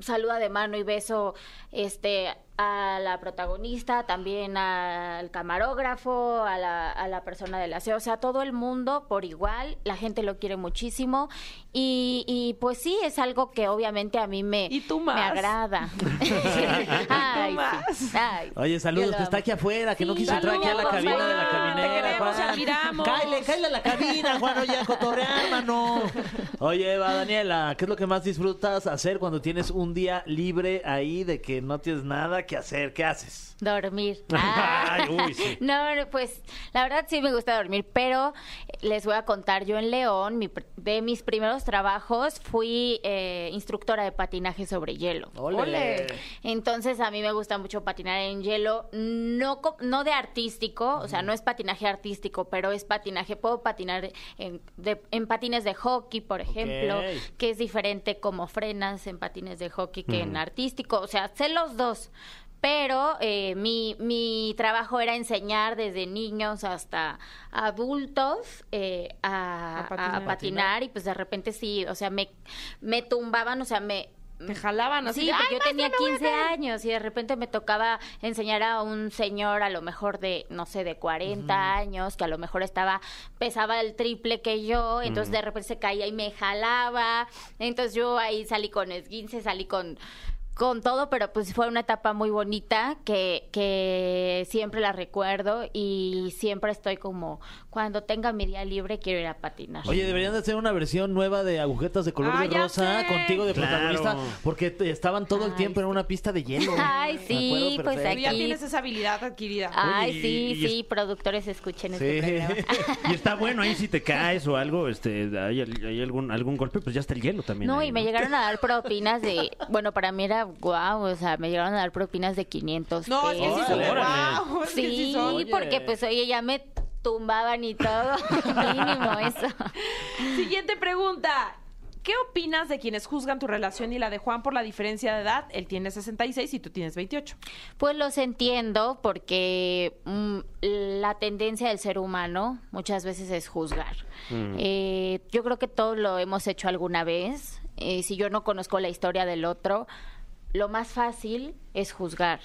Speaker 6: saluda de mano y beso este a la protagonista, también al camarógrafo, a la, a la persona del aseo, o sea, todo el mundo por igual, la gente lo quiere muchísimo y, y, pues sí, es algo que obviamente a mí me,
Speaker 4: Y tú
Speaker 6: me
Speaker 4: más.
Speaker 6: agrada. Ay, sí.
Speaker 4: más.
Speaker 6: Ay,
Speaker 3: Oye,
Speaker 6: yo
Speaker 3: saludos,
Speaker 6: lo
Speaker 3: que está
Speaker 6: amo.
Speaker 3: aquí afuera, que no
Speaker 6: Sí.
Speaker 3: quiso entrar aquí a la
Speaker 6: Saludos,
Speaker 3: cabina de la
Speaker 6: Juan.
Speaker 3: caminera.
Speaker 4: Te queremos,
Speaker 3: Juan.
Speaker 4: admiramos.
Speaker 3: Cáile, cáile a la cabina, Juan, oye, a cotorrear, mano. Oye, Eva, Daniela, ¿qué es lo que más disfrutas hacer cuando tienes un día libre ahí de que no tienes nada que hacer? ¿Qué haces?
Speaker 6: Dormir.
Speaker 2: Ay, uy, sí.
Speaker 6: No, no, pues la verdad sí me gusta dormir, pero les voy a contar yo en León, mi pr- de mis primeros trabajos fui eh, instructora de patinaje sobre hielo.
Speaker 3: Ole.
Speaker 6: Entonces a mí me gusta mucho patinar en hielo, no, co- no de artístico, o sea, no es patinaje artístico, pero es patinaje, puedo patinar en, de- en patines de hockey, por ejemplo,
Speaker 3: Ok.
Speaker 6: que es diferente como frenas en patines de hockey que en artístico, o sea, sé los dos. Pero eh, mi, mi trabajo era enseñar desde niños hasta adultos eh, a,
Speaker 4: A patinar.
Speaker 6: a patinar y pues de repente sí, o sea, me, me tumbaban, o sea, me,
Speaker 4: Te jalaban así.
Speaker 6: Sí,
Speaker 4: de,
Speaker 6: porque
Speaker 4: "Ay,
Speaker 6: yo tenía
Speaker 4: maestra, me voy a
Speaker 6: 15 años y de repente me tocaba enseñar a un señor a lo mejor de, no sé, de 40 años, que a lo mejor estaba, pesaba el triple que yo, entonces de repente se caía y me jalaba, entonces yo ahí salí con esguince, salí con con todo, pero pues fue una etapa muy bonita que, que siempre la recuerdo y siempre estoy como, cuando tenga mi día libre quiero ir a patinar.
Speaker 3: Oye, deberían de hacer una versión nueva de agujetas de color
Speaker 4: Ah,
Speaker 3: de
Speaker 4: ya
Speaker 3: rosa
Speaker 4: sé.
Speaker 3: contigo de
Speaker 2: Claro.
Speaker 3: protagonista, porque te- estaban todo el
Speaker 6: Ay,
Speaker 3: tiempo en una pista de hielo.
Speaker 6: Ay,
Speaker 3: Me
Speaker 6: sí,
Speaker 3: acuerdo
Speaker 6: pues
Speaker 4: Tú ya
Speaker 6: aquí-
Speaker 4: tienes esa habilidad adquirida.
Speaker 6: Ay,
Speaker 2: y-
Speaker 6: sí,
Speaker 2: y es-
Speaker 6: sí, productores escuchen
Speaker 3: Sí.
Speaker 6: este programa.
Speaker 2: Y está bueno, ahí si te caes o algo, este, hay, hay algún, algún golpe, pues ya está el hielo también.
Speaker 6: No,
Speaker 2: ahí,
Speaker 6: y me llegaron a dar propinas de, bueno, para mí era día, wow, o sea, me llegaron a dar propinas de 500
Speaker 4: No, es que sí
Speaker 6: pesos.
Speaker 4: son de
Speaker 3: Órale.
Speaker 4: guau, es que sí
Speaker 6: Sí,
Speaker 4: son.
Speaker 3: Oye.
Speaker 6: porque pues oye, ya me tumbaban y todo, mínimo eso.
Speaker 4: Siguiente pregunta. ¿Qué opinas de quienes juzgan tu relación y la de Juan por la diferencia de edad? Él tiene 66 y tú tienes 28.
Speaker 6: Pues los entiendo porque mm, la tendencia del ser humano muchas veces es juzgar. Eh, yo creo que todos lo hemos hecho alguna vez. Eh, si yo no conozco la historia del otro, lo más fácil es juzgar.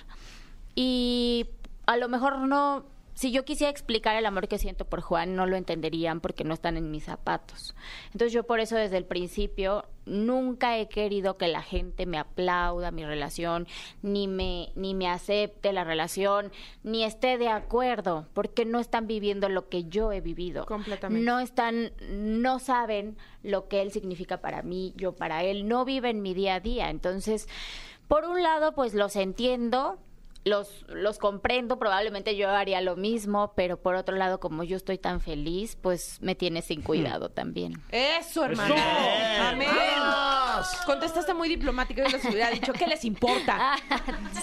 Speaker 6: Y a lo mejor no, si yo quisiera explicar el amor que siento por Juan, no lo entenderían porque no están en mis zapatos. Entonces yo por eso desde el principio nunca he querido que la gente me aplauda mi relación, ni me, ni me acepte la relación, ni esté de acuerdo, porque no están viviendo lo que yo he vivido.
Speaker 4: Completamente.
Speaker 6: No están, no saben lo que él significa para mí, yo para él, no viven mi día a día. Entonces, por un lado, pues los entiendo, los, los comprendo, probablemente yo haría lo mismo, pero por otro lado, como yo estoy tan feliz, pues me tiene sin cuidado también.
Speaker 4: Eso, hermano.
Speaker 3: ¡Eso!
Speaker 4: Amén. Contestaste muy diplomático. Yo les hubiera dicho, ¿qué les importa?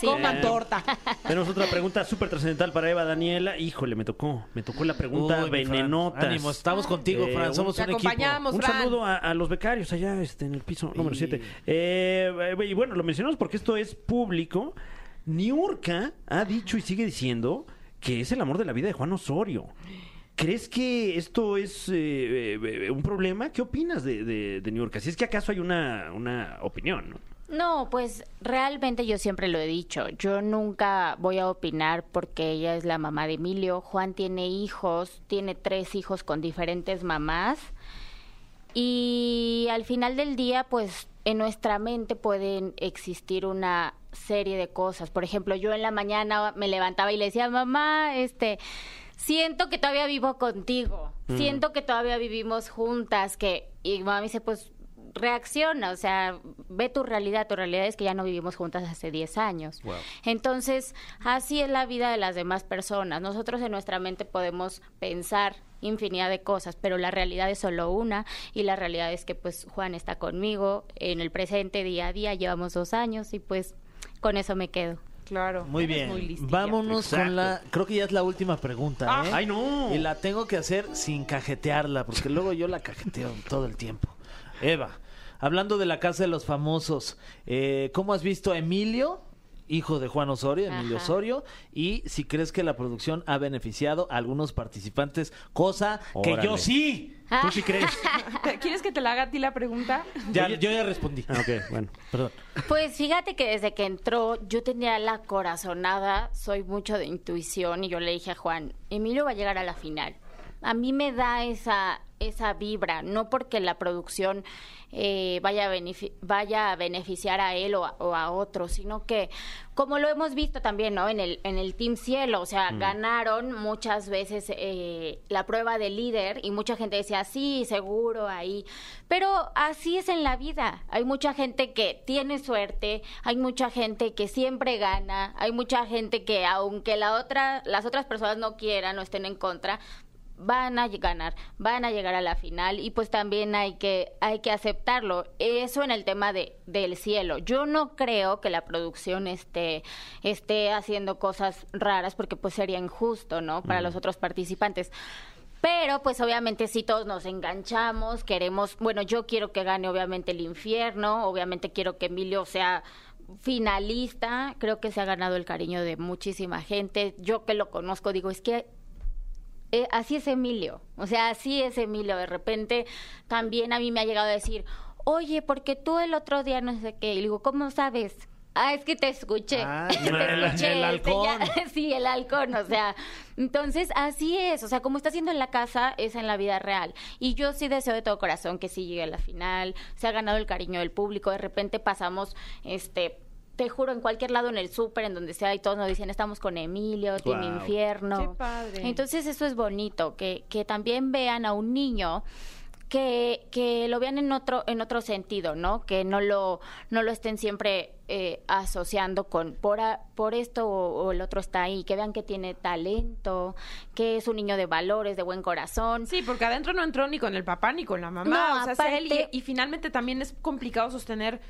Speaker 6: Sí.
Speaker 4: Coman torta.
Speaker 2: Tenemos otra pregunta súper trascendental para Eva Daniela. Híjole, me tocó. Me tocó la pregunta
Speaker 3: Uy, mi Fran,
Speaker 2: venenotas.
Speaker 3: Ánimo, estamos contigo,
Speaker 2: Eh,
Speaker 3: Fran. Somos
Speaker 4: te
Speaker 3: un equipo.
Speaker 4: acompañamos.
Speaker 2: Un
Speaker 4: Fran.
Speaker 2: saludo a, a los becarios allá este, en el piso número
Speaker 3: Y-
Speaker 2: 7. y bueno, lo mencionamos porque esto es público. Niurka ha dicho y sigue diciendo que es el amor de la vida de Juan Osorio. ¿Crees que esto es eh, eh, un problema? ¿Qué opinas de, de, de Niurka? Si es que acaso hay una, una opinión, ¿no?
Speaker 3: ¿Eh?
Speaker 6: No, pues realmente yo siempre lo he dicho. Yo nunca voy a opinar porque ella es la mamá de Emilio. Juan tiene hijos, tiene tres hijos con diferentes mamás. Y al final del día, pues en nuestra mente pueden existir una serie de cosas. Por ejemplo, yo en la mañana me levantaba y le decía, mamá, este, siento que todavía vivo contigo, siento que todavía vivimos juntas, que, y mamá me dice, pues reacciona, o sea, ve tu realidad, tu realidad es que ya no vivimos juntas hace 10 años. Entonces, así es la vida de las demás personas. Nosotros en nuestra mente podemos pensar infinidad de cosas, pero la realidad es solo una y la realidad es que pues Juan está conmigo en el presente día a día, llevamos dos años y pues con eso me quedo.
Speaker 4: Claro.
Speaker 3: Muy
Speaker 4: eres
Speaker 3: bien.
Speaker 4: listilla.
Speaker 3: Vámonos con la. Creo que ya es la última pregunta.
Speaker 4: Ah.
Speaker 3: ¿eh?
Speaker 2: ¡Ay, no!
Speaker 3: Y la tengo que hacer sin cajetearla, porque luego yo la cajeteo todo el tiempo. Eva, hablando de la casa de los famosos, eh, ¿cómo has visto a Emilio? Hijo de Juan Osorio, Emilio
Speaker 6: Ajá.
Speaker 3: Osorio, y si crees que la producción ha beneficiado a algunos participantes, cosa que yo
Speaker 2: Órale.
Speaker 3: sí.
Speaker 2: ¿Tú sí crees?
Speaker 4: ¿Te- ¿Quieres que te la haga a ti la pregunta?
Speaker 3: Ya, yo ya respondí.
Speaker 2: Ah, ok, bueno.
Speaker 3: Perdón.
Speaker 6: Pues fíjate que desde que entró yo tenía la corazonada, soy mucho de intuición y yo le dije a Juan, Emilio va a llegar a la final. A mí me da esa esa vibra, no porque la producción eh, vaya, a benefi- vaya a beneficiar a él o a, o a otro, sino que como lo hemos visto también, ¿no? En el en el Team Cielo, o sea, ganaron muchas veces eh, la prueba de líder y mucha gente decía, sí, seguro ahí. Pero así es en la vida. Hay mucha gente que tiene suerte, hay mucha gente que siempre gana, hay mucha gente que aunque la otra, las otras personas no quieran o estén en contra, van a ll- ganar, van a llegar a la final y pues también hay que hay que aceptarlo. Eso en el tema de del cielo. Yo no creo que la producción esté esté haciendo cosas raras porque pues sería injusto, ¿no? Para los otros participantes. Pero pues obviamente sí todos nos enganchamos, queremos, bueno, yo quiero que gane obviamente el infierno, obviamente quiero que Emilio sea finalista, creo que se ha ganado el cariño de muchísima gente. Yo que lo conozco digo, es que eh, así es Emilio, o sea, así es Emilio. De repente también a mí me ha llegado a decir, oye, porque tú el otro día no sé qué, y le digo, ¿cómo sabes? Ah, es que te escuché.
Speaker 3: Ah,
Speaker 6: Te
Speaker 3: el- el
Speaker 6: escuché, este,
Speaker 3: halcón.
Speaker 6: ya- sí, el halcón, o sea. Entonces, así es, o sea, como está haciendo en la casa, es en la vida real. Y yo sí deseo de todo corazón que sí llegue a la final, se ha ganado el cariño del público, de repente pasamos, este... Te juro, en cualquier lado, en el súper, en donde sea, y todos nos dicen, estamos con Emilio, Team
Speaker 2: Guau.
Speaker 6: Infierno.
Speaker 4: Qué padre.
Speaker 6: Entonces eso es bonito, que, que también vean a un niño que, que lo vean en otro, en otro sentido, ¿no? Que no lo, no lo estén siempre eh, asociando con por, a- por esto o, o el otro está ahí, que vean que tiene talento, que es un niño de valores, de buen corazón.
Speaker 4: Sí, porque adentro no entró ni con el papá ni con la mamá.
Speaker 6: No,
Speaker 4: o sea, es él y-
Speaker 6: aparte-
Speaker 4: y, finalmente también es complicado sostener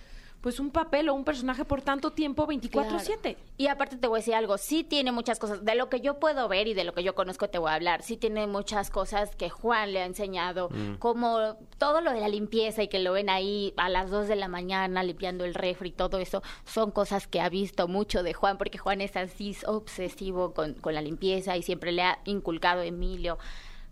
Speaker 4: pues un papel o un personaje por tanto tiempo 24/7.
Speaker 6: Claro. Y aparte te voy a decir algo, sí tiene muchas cosas, de lo que yo puedo ver y de lo que yo conozco te voy a hablar, sí tiene muchas cosas que Juan le ha enseñado, como todo lo de la limpieza y que lo ven ahí a las 2 de la mañana limpiando el refri y todo eso, son cosas que ha visto mucho de Juan, porque Juan es así obsesivo con, con la limpieza y siempre le ha inculcado a Emilio.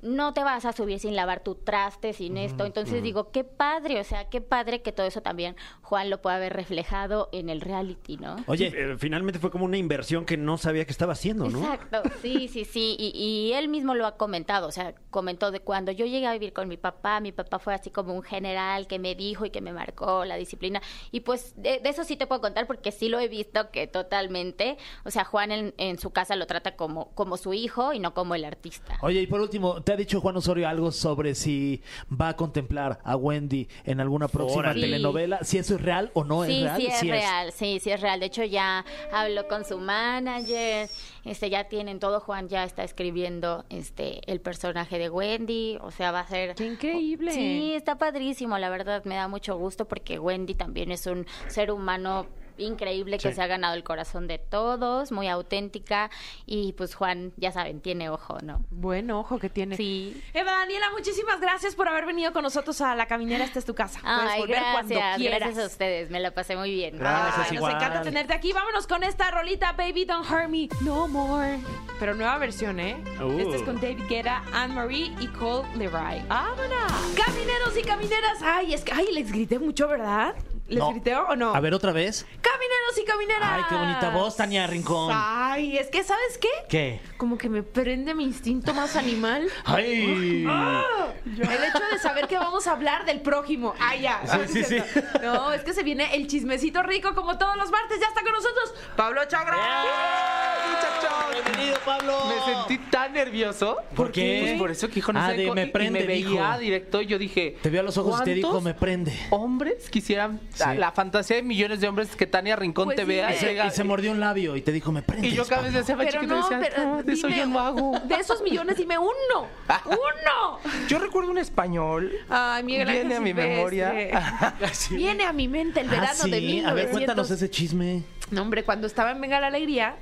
Speaker 6: No te vas a subir sin lavar tu traste, sin esto. Entonces digo, qué padre, o sea, qué padre que todo eso también Juan lo pueda haber reflejado en el reality, ¿no?
Speaker 2: Oye, eh, finalmente fue como una inversión que no sabía que estaba haciendo, ¿no?
Speaker 6: Exacto, sí, sí, sí. Y, y él mismo lo ha comentado, o sea, comentó de cuando yo llegué a vivir con mi papá, mi papá fue así como un general que me dijo y que me marcó la disciplina. Y pues de, de eso sí te puedo contar porque sí lo he visto que totalmente, o sea, Juan en, en su casa lo trata como, como su hijo y no como el artista.
Speaker 3: Oye, y por último, ¿te ha dicho Juan Osorio algo sobre si va a contemplar a Wendy en alguna próxima
Speaker 6: Órale.
Speaker 3: telenovela? Si eso es real o no es
Speaker 6: sí,
Speaker 3: real.
Speaker 6: sí es
Speaker 3: Si
Speaker 6: real, sí, sí es real. De hecho, ya habló con su manager, este, ya tienen todo, Juan ya está escribiendo este el personaje de Wendy, o sea, va a ser...
Speaker 4: ¡Qué increíble!
Speaker 6: Sí, está padrísimo, la verdad, me da mucho gusto porque Wendy también es un ser humano increíble que se ha ganado el corazón de todos, muy auténtica y pues Juan, ya saben, tiene ojo, ¿no?
Speaker 4: Bueno, ojo que tiene.
Speaker 6: Sí.
Speaker 4: Eva Daniela, muchísimas gracias por haber venido con nosotros a La Caminera. Esta es tu casa. Puedes
Speaker 6: Ay,
Speaker 4: volver
Speaker 6: gracias,
Speaker 4: cuando quieras.
Speaker 6: gracias a ustedes, me la pasé muy bien.
Speaker 3: Gracias,
Speaker 4: Ay, nos
Speaker 3: igual.
Speaker 4: encanta tenerte aquí. Vámonos con esta rolita, Baby Don't Hurt Me No More. Pero nueva versión, ¿eh?
Speaker 2: Uh.
Speaker 4: Esta es con David Guetta, Anne-Marie y Cole Leroy. ¡Vámonos! Camineros y camineras. Ay, es que, ay, les grité mucho, ¿verdad? ¿Les
Speaker 3: No.
Speaker 4: grité o no?
Speaker 3: A ver, otra vez.
Speaker 4: Camineros y camineras.
Speaker 3: Ay, qué bonita voz, Tania Rincón.
Speaker 4: Ay, es que, ¿sabes qué?
Speaker 3: ¿Qué?
Speaker 4: Como que me prende mi instinto más animal.
Speaker 3: ¡Ay!
Speaker 2: ¡Ah!
Speaker 3: ¡Ah!
Speaker 4: El hecho de saber que vamos a hablar del prójimo. Ah, ya.
Speaker 3: Sí, sí, sí.
Speaker 4: No, es que se viene el chismecito rico como todos los martes. Ya está con nosotros Pablo Chagra.
Speaker 8: Muchachos,
Speaker 3: Bienvenido, Pablo.
Speaker 8: me sentí tan nervioso.
Speaker 3: ¿Por qué?
Speaker 8: Pues por eso que dijo no
Speaker 3: Ah,
Speaker 8: sé,
Speaker 3: de
Speaker 8: co-
Speaker 3: me
Speaker 8: y- y
Speaker 3: prende,
Speaker 8: me veía
Speaker 3: dijo.
Speaker 8: directo y yo dije,
Speaker 3: Te vio a los ojos y te dijo,
Speaker 8: "¿Cuántos
Speaker 3: me prende.
Speaker 8: Hombres quisieran la,
Speaker 3: Sí.
Speaker 8: la fantasía de millones de hombres que Tania Rincón
Speaker 4: Pues
Speaker 8: te
Speaker 4: sí,
Speaker 8: vea.
Speaker 4: me-
Speaker 8: y llega-
Speaker 3: Y se mordió un labio y te dijo, me prende.
Speaker 8: y yo cada vez decía, más
Speaker 4: Pero
Speaker 8: chiquito,
Speaker 4: no,
Speaker 8: decía,
Speaker 4: pero
Speaker 8: "Ah, de eso
Speaker 4: dime-
Speaker 8: yo no hago.
Speaker 4: De esos millones, dime uno. ¡Uno!
Speaker 8: Yo recuerdo un español.
Speaker 4: Ay, Miguel Ángel
Speaker 8: Viene a mi
Speaker 4: Silvestre.
Speaker 8: memoria. Sí.
Speaker 4: Viene a mi mente el verano
Speaker 3: ah, sí.
Speaker 4: de
Speaker 3: A
Speaker 4: 1900.
Speaker 3: ver, cuéntanos ese chisme.
Speaker 4: No, hombre, cuando estaba en Venga la Alegría,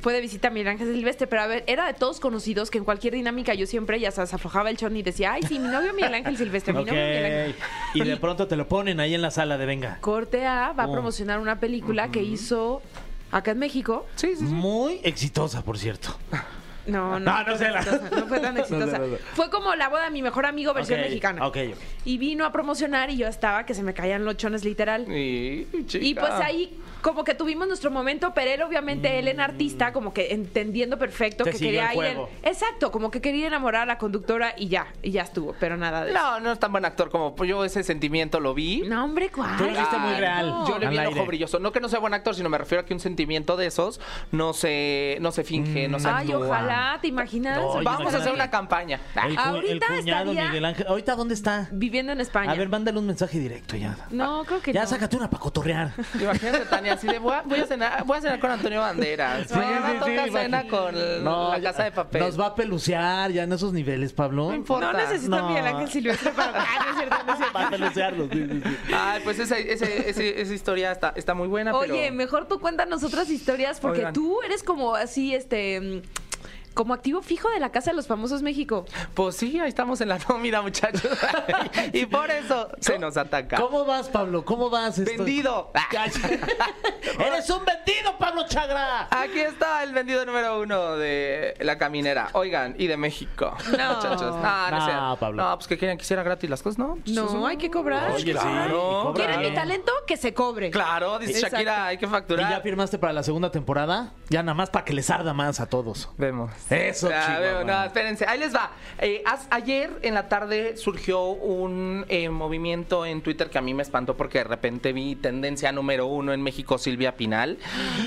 Speaker 4: fue de visita a Miguel Ángel Silvestre, pero a ver, era de todos conocidos que en cualquier dinámica yo siempre ya sabes, aflojaba el chon y decía, ay, sí, mi novio Miguel Ángel Silvestre, mi novio Miguel Ángel.
Speaker 3: Ok. Y de pronto te lo ponen ahí en la sala de venga.
Speaker 4: Corte A va a
Speaker 3: Oh.
Speaker 4: promocionar una película que hizo acá en México.
Speaker 8: Sí, sí, sí.
Speaker 3: Muy exitosa, por cierto.
Speaker 4: No, no.
Speaker 3: No, no sé la-
Speaker 4: exitosa, no fue tan exitosa.
Speaker 8: no, no.
Speaker 4: Fue como la boda de mi mejor amigo versión
Speaker 3: Ok,
Speaker 4: mexicana.
Speaker 3: ok, ok.
Speaker 4: Y vino a promocionar y yo estaba que se me caían los chones literal.
Speaker 8: Y,
Speaker 4: Y
Speaker 8: chica.
Speaker 4: pues ahí como que tuvimos nuestro momento, pero él obviamente, él en artista, como que entendiendo perfecto
Speaker 3: Mm. Te
Speaker 4: que
Speaker 3: siguió
Speaker 4: quería
Speaker 3: el
Speaker 4: ir... en-
Speaker 3: juego.
Speaker 4: Exacto, como que quería enamorar a la conductora y ya, y ya estuvo, pero nada de eso.
Speaker 8: No, no es tan buen actor como yo ese sentimiento lo vi.
Speaker 4: No, hombre, ¿cuál?
Speaker 3: Tú lo viste muy
Speaker 4: Ay,
Speaker 3: real.
Speaker 4: Ah, no.
Speaker 8: Yo le vi
Speaker 3: Al
Speaker 8: el
Speaker 3: aire.
Speaker 8: ojo brilloso. No que no sea buen actor, sino me refiero a que un sentimiento de esos no se, no se finge, no se
Speaker 4: Ay,
Speaker 8: actúa.
Speaker 4: ojalá, ¿te imaginas?
Speaker 3: No, Oye,
Speaker 8: Vamos a hacer
Speaker 3: imagínate.
Speaker 8: una campaña.
Speaker 3: El, cu- el
Speaker 4: Ahorita
Speaker 3: cuñado
Speaker 4: estaría-
Speaker 3: Miguel Ángel. ¿Ahorita dónde está?
Speaker 4: Viviendo en España.
Speaker 3: A ver, mándale un mensaje directo ya.
Speaker 4: no, creo que
Speaker 3: Ya
Speaker 4: no.
Speaker 3: sácate una para cotorrear.
Speaker 8: Imagínate, Tania, así de voy a, voy a cenar, voy a cenar con Antonio Banderas.
Speaker 3: Sí,
Speaker 8: Mañana
Speaker 3: sí, sí,
Speaker 8: toca cena
Speaker 3: imagínate.
Speaker 8: con la
Speaker 3: ya-
Speaker 8: casa de papel.
Speaker 3: Nos va a pelucear ya en esos niveles, Pablo.
Speaker 8: No importa.
Speaker 4: No necesito
Speaker 3: No.
Speaker 4: a Miguel Ángel Silvestre para... Ah, no es cierto, no es cierto.
Speaker 3: Va a pelucearlos. sí, sí, sí.
Speaker 8: Ay, pues esa, ese- ese- esa historia está, está muy buena, pero...
Speaker 4: Oye, mejor tú cuéntanos otras historias porque
Speaker 8: Oigan.
Speaker 4: tú eres como así, este, mm, como activo fijo de la Casa de los Famosos México.
Speaker 8: Pues sí, ahí estamos en la nómina, muchachos. y por eso se nos ataca.
Speaker 3: ¿Cómo vas, Pablo? ¿Cómo vas? Estoy-
Speaker 8: ¡Vendido!
Speaker 3: ¡Eres un vendido, Pablo Chagra!
Speaker 8: Aquí está el vendido número uno de la caminera. Oigan, y de México.
Speaker 4: No.
Speaker 8: Muchachos. No, no,
Speaker 3: No,
Speaker 8: es cierto.
Speaker 3: Pablo.
Speaker 8: No, pues que querían que hiciera gratis las cosas, ¿no? Pues,
Speaker 4: No, hay que cobrar.
Speaker 3: Oye, sí.
Speaker 8: claro.
Speaker 3: y cobra
Speaker 4: ¿Quieren
Speaker 8: Claro.
Speaker 4: mi
Speaker 3: bien.
Speaker 4: talento? Que se cobre.
Speaker 8: Claro, dice
Speaker 4: Exacto.
Speaker 8: Shakira, hay que
Speaker 3: ¿Y
Speaker 8: facturar.
Speaker 3: ya firmaste para la segunda temporada? Ya nada más para que les arda más a todos.
Speaker 8: Vemos.
Speaker 3: Eso,
Speaker 8: Ah,
Speaker 3: Chihuahua.
Speaker 8: veo, no, espérense. Ahí les va. Eh, as- ayer en la tarde surgió un eh, movimiento en Twitter que a mí me espantó porque de repente vi tendencia número uno en México, Silvia Pinal.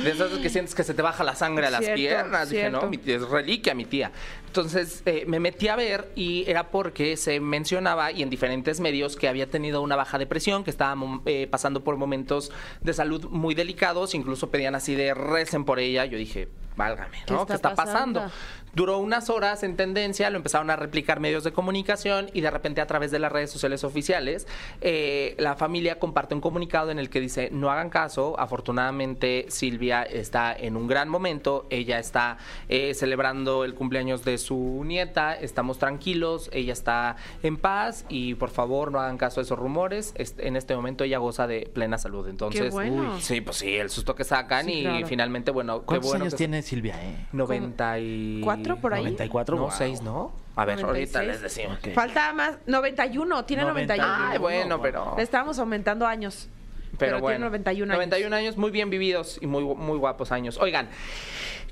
Speaker 8: De esas que sientes que se te baja la sangre a las
Speaker 4: Cierto,
Speaker 8: piernas. Dije,
Speaker 4: cierto.
Speaker 8: no, mi tía es reliquia, mi tía. Entonces eh, me metí a ver y era porque se mencionaba y en diferentes medios que había tenido una baja depresión, que estaba mom- eh, pasando por momentos de salud muy delicados. Incluso pedían así de recen por ella. Yo dije, válgame, ¿no?
Speaker 4: está
Speaker 8: ¿Qué está pasando?
Speaker 4: pasando?
Speaker 8: Duró unas horas en tendencia, lo empezaron a replicar medios de comunicación y de repente a través de las redes sociales oficiales, eh, la familia comparte un comunicado en el que dice, no hagan caso, afortunadamente Silvia está en un gran momento, ella está eh, celebrando el cumpleaños de su nieta, estamos tranquilos, ella está en paz y por favor no hagan caso a esos rumores, Est- en este momento ella goza de plena salud, entonces...
Speaker 4: bueno.
Speaker 8: uy, sí, pues sí, el susto que sacan
Speaker 4: Sí,
Speaker 8: y
Speaker 4: claro.
Speaker 8: finalmente, bueno, qué
Speaker 3: ¿Cuántos
Speaker 8: bueno
Speaker 3: años
Speaker 8: que-
Speaker 3: tiene Silvia? eh?
Speaker 8: 94
Speaker 4: por ahí?
Speaker 3: 94,
Speaker 8: no,
Speaker 3: wow.
Speaker 8: 6, ¿no? A ver, ahorita
Speaker 4: 96.
Speaker 8: les decimos.
Speaker 3: Ok.
Speaker 4: Falta más. 91, tiene 91.
Speaker 3: 91.
Speaker 8: Ay, bueno, pero.
Speaker 4: Le estábamos aumentando años. Pero,
Speaker 8: bueno,
Speaker 4: este tiene 91 años.
Speaker 8: 91 años muy bien vividos y muy, gu- muy guapos años. Oigan,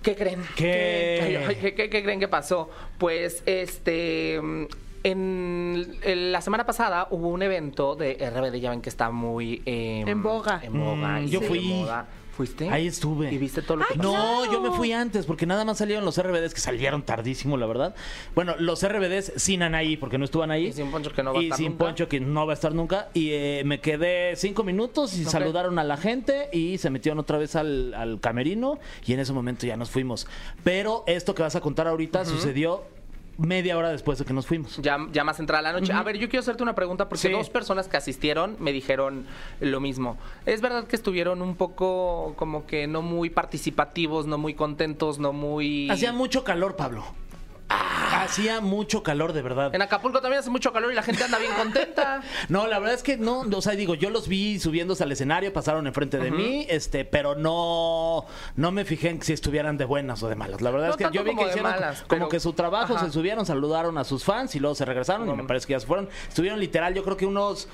Speaker 8: ¿qué creen?
Speaker 3: ¿Qué?
Speaker 8: Ay, ay, ¿Qué, qué- qué creen que pasó? Pues este. mm, En, en la semana pasada hubo un evento de RBD, ya ven que está muy. eh,
Speaker 4: En boga.
Speaker 8: En boga.
Speaker 3: Mm,
Speaker 8: y
Speaker 3: yo
Speaker 8: de
Speaker 3: fui.
Speaker 8: moda. ¿Fuiste?
Speaker 3: Ahí estuve.
Speaker 8: ¿Y viste todo lo que pasó?
Speaker 3: No, yo me fui antes porque nada más salieron los RBDs que salieron tardísimo, la verdad. Bueno, los RBDs sin Anaí porque no estuvo Anaí.
Speaker 8: Y sin Poncho, que no va a
Speaker 3: Y
Speaker 8: estar
Speaker 3: sin
Speaker 8: nunca.
Speaker 3: Poncho que no va a estar nunca. Y eh, me quedé cinco minutos y
Speaker 8: Ok.
Speaker 3: saludaron a la gente y se metieron otra vez al, al camerino y en ese momento ya nos fuimos. Pero esto que vas a contar ahorita sucedió media hora después de que nos fuimos.
Speaker 8: Ya, ya más entrada la noche. A ver, yo quiero hacerte una pregunta porque
Speaker 3: Sí.
Speaker 8: dos personas que asistieron me dijeron lo mismo. ¿Es verdad que estuvieron un poco como que no muy participativos, no muy contentos, no muy...
Speaker 3: Hacía mucho calor, Pablo.
Speaker 4: Ah.
Speaker 3: Hacía mucho calor, de verdad.
Speaker 8: En Acapulco también hace mucho calor y la gente anda bien contenta.
Speaker 3: No, la verdad es que no, o sea, digo, yo los vi subiéndose al escenario, pasaron enfrente de mí, este, pero no, no me fijé en si estuvieran de buenas o de malas. La verdad
Speaker 8: No
Speaker 3: es que
Speaker 8: tanto
Speaker 3: yo vi
Speaker 8: como
Speaker 3: que
Speaker 8: de
Speaker 3: hicieron
Speaker 8: malas,
Speaker 3: como
Speaker 8: pero-
Speaker 3: que su trabajo,
Speaker 8: Ajá.
Speaker 3: se subieron, saludaron a sus fans y luego se regresaron y me parece que ya se fueron. Estuvieron literal, yo creo que unos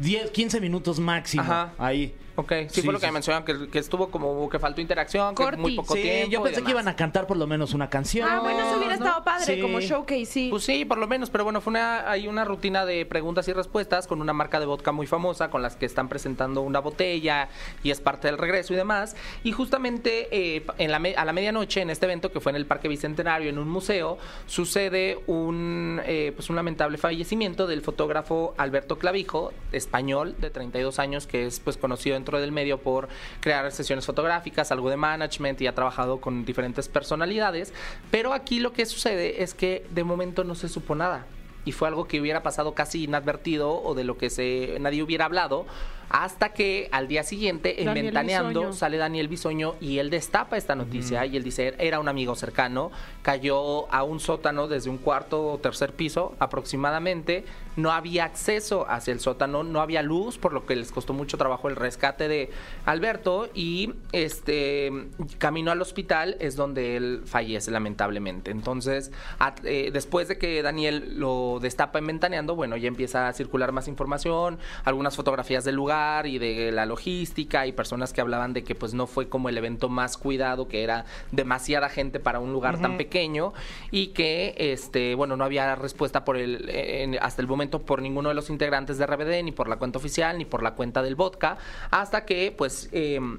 Speaker 3: 10, 15 minutos máximo
Speaker 8: Ajá.
Speaker 3: ahí.
Speaker 8: Ok, sí, fue lo que me mencionaron, que, que estuvo como que faltó interacción, que
Speaker 4: Corti.
Speaker 8: muy poco
Speaker 3: Sí,
Speaker 8: tiempo.
Speaker 3: yo
Speaker 8: y
Speaker 3: pensé que
Speaker 8: demás.
Speaker 3: iban a cantar por lo menos una canción.
Speaker 4: Ah, bueno, eso hubiera
Speaker 8: No,
Speaker 4: estado padre,
Speaker 3: sí.
Speaker 4: como showcase, sí.
Speaker 8: Pues sí, por lo menos, pero bueno, fue una, hay una rutina de preguntas y respuestas con una marca de vodka muy famosa, con las que están presentando una botella y es parte del regreso y demás. Y justamente eh, en la me- a la medianoche, en este evento que fue en el Parque Bicentenario, en un museo, sucede un, eh, pues un lamentable fallecimiento del fotógrafo Alberto Clavijo, español de 32 años, que es pues conocido dentro del medio por crear sesiones fotográficas, algo de management y ha trabajado con diferentes personalidades. Pero aquí lo que sucede es que de momento no se supo nada. Y fue algo que hubiera pasado casi inadvertido o de lo que se, nadie hubiera hablado, hasta que al día siguiente, en
Speaker 4: Daniel
Speaker 8: Ventaneando,
Speaker 4: Bisoño.
Speaker 8: sale Daniel Bisoño y él destapa esta noticia y él dice, era un amigo cercano, cayó a un sótano desde un cuarto o tercer piso aproximadamente, no había acceso hacia el sótano, no había luz, por lo que les costó mucho trabajo el rescate de Alberto y este camino al hospital es donde él fallece lamentablemente. Entonces, a- eh, después de que Daniel lo destapa en Ventaneando, bueno, ya empieza a circular más información, algunas fotografías del lugar y de la logística y personas que hablaban de que pues no fue como el evento más cuidado, que era demasiada gente para un lugar tan pequeño y que este bueno, no había respuesta por el en- hasta el momento por ninguno de los integrantes de RBD ni por la cuenta oficial ni por la cuenta del vodka hasta que pues em,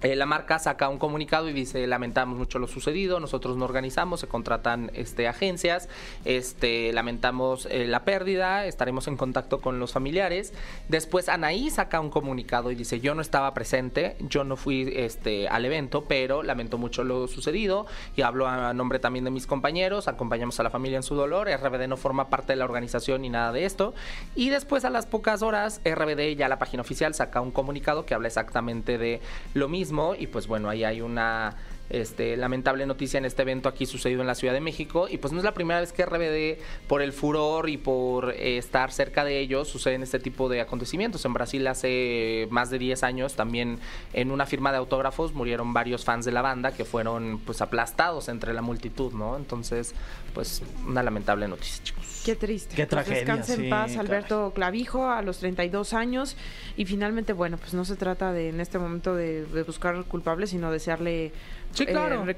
Speaker 8: eh, la marca saca un comunicado y dice lamentamos mucho lo sucedido, nosotros no organizamos, se contratan este, agencias, este, lamentamos eh, la pérdida, estaremos en contacto con los familiares. Después Anaí saca un comunicado y dice yo no estaba presente, yo no fui este, al evento, pero lamento mucho lo sucedido y hablo a nombre también de mis compañeros, acompañamos a la familia en su dolor, RBD no forma parte de la organización ni nada de esto. Y después a las pocas horas RBD ya la página oficial saca un comunicado que habla exactamente de lo mismo y pues bueno, ahí hay una este, lamentable noticia en este evento aquí sucedido en la Ciudad de México y pues no es la primera vez que RBD por el furor y por eh, estar cerca de ellos suceden este tipo de acontecimientos. En Brasil hace más de 10 años también en una firma de autógrafos murieron varios fans de la banda que fueron pues aplastados entre la multitud, ¿no? Entonces pues una lamentable noticia chicos.
Speaker 4: Qué triste. pues,
Speaker 3: Qué tragedia,
Speaker 4: Descanse
Speaker 3: sí,
Speaker 4: en paz,
Speaker 3: caray.
Speaker 4: Alberto Clavijo, a los 32 años. Y finalmente, bueno, pues no se trata de en este momento de, de buscar culpables, sino desearle eh,
Speaker 8: Sí, claro.
Speaker 4: re-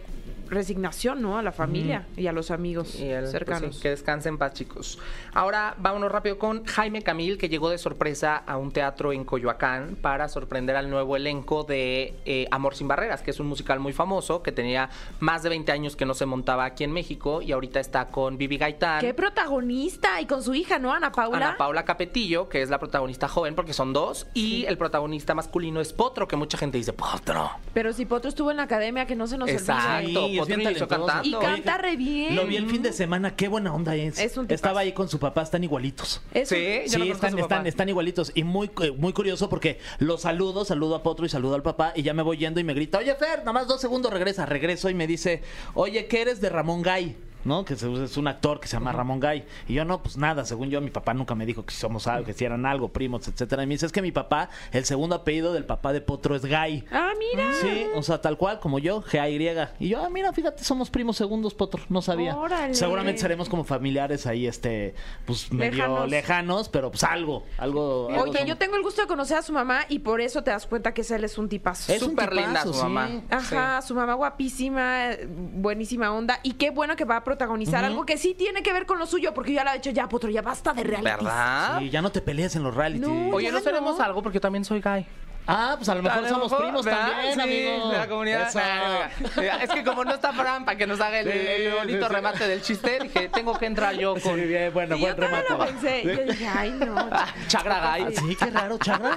Speaker 4: resignación, ¿no? A la familia y a los amigos
Speaker 8: Y él, pues,
Speaker 4: cercanos.
Speaker 8: sí, que descansen paz, chicos. Ahora vámonos rápido con Jaime Camil, que llegó de sorpresa a un teatro en Coyoacán para sorprender al nuevo elenco de eh, Amor sin Barreras, que es un musical muy famoso que tenía más de 20 años que no se montaba aquí en México y ahorita está con Vivi Gaitán.
Speaker 4: Qué protagonista y con su hija, ¿no? Ana Paula.
Speaker 8: Ana Paula Capetillo, que es la protagonista joven, porque son dos, y el protagonista masculino es Potro, que mucha gente dice Potro.
Speaker 4: Pero si Potro estuvo en la academia, que no se nos olvide.
Speaker 8: Exacto,
Speaker 3: Sí, es bien
Speaker 8: Potro inició
Speaker 3: talentoso.
Speaker 8: cantando.
Speaker 4: Y canta re bien.
Speaker 3: Lo vi el fin de semana, qué buena onda es.
Speaker 4: Es un tipazo.
Speaker 3: Estaba ahí con su papá, están igualitos.
Speaker 4: Es un-
Speaker 8: Sí, yo no
Speaker 3: Sí,
Speaker 8: conozco a
Speaker 3: están,
Speaker 8: su
Speaker 3: están,
Speaker 8: papá.
Speaker 3: están igualitos. Y muy, eh, muy curioso porque los saludo, saludo a Potro y saludo al papá. Y ya me voy yendo y me grita, oye Fer, nomás dos segundos regresa. Regreso y me dice, oye, ¿qué eres de Ramón Gay? ¿No? Que se- es un actor que se llama Ramón Gay. Y yo, no, pues nada, según yo, mi papá nunca me dijo que si somos algo, que si eran algo, primos, etcétera. Y me dice, es que mi papá, el segundo apellido del papá de Potro es Gay.
Speaker 4: Ah, mira.
Speaker 3: Sí, o sea, tal cual, como yo, G-A-Y. Y yo, ah, mira, fíjate, somos primos segundos, Potro, no sabía.
Speaker 4: Órale.
Speaker 3: Seguramente seremos como familiares ahí, este, pues medio lejanos,
Speaker 4: Lejanos.
Speaker 3: pero pues algo, algo. algo
Speaker 4: Oye,
Speaker 3: somos.
Speaker 4: yo tengo el gusto de conocer a su mamá y por eso te das cuenta que él es un tipazo.
Speaker 3: Es un
Speaker 8: Súper linda
Speaker 3: tipazo,
Speaker 8: su
Speaker 3: sí.
Speaker 8: mamá.
Speaker 4: Ajá, su mamá guapísima, eh, buenísima onda. Y qué bueno que va a protagonizar algo que sí tiene que ver con lo suyo, porque yo ya lo he hecho ya, Potro, ya basta de reality.
Speaker 8: ¿Verdad?
Speaker 3: Sí, ya no te pelees en los reality.
Speaker 4: No.
Speaker 8: Oye, ¿no
Speaker 4: Ya
Speaker 8: seremos
Speaker 4: no.
Speaker 8: algo? Porque yo también soy gay.
Speaker 3: Ah, pues a lo mejor
Speaker 8: A lo
Speaker 3: somos
Speaker 8: mejor,
Speaker 3: primos
Speaker 8: ¿verdad?
Speaker 3: también,
Speaker 8: Sí,
Speaker 3: amigo.
Speaker 8: de la comunidad.
Speaker 3: Eso.
Speaker 8: Ah, mira, Es que como no está Fran para que nos haga el,
Speaker 3: Sí,
Speaker 8: el bonito
Speaker 3: sí, sí.
Speaker 8: remate del chiste, dije, tengo que entrar yo
Speaker 3: Sí,
Speaker 8: con
Speaker 3: bien, bueno,
Speaker 4: Y yo también
Speaker 3: buen remate.
Speaker 4: lo pensé. Yo dije, ay, no.
Speaker 8: Chagra
Speaker 3: Ah,
Speaker 8: Gay.
Speaker 3: sí, qué raro, chagra.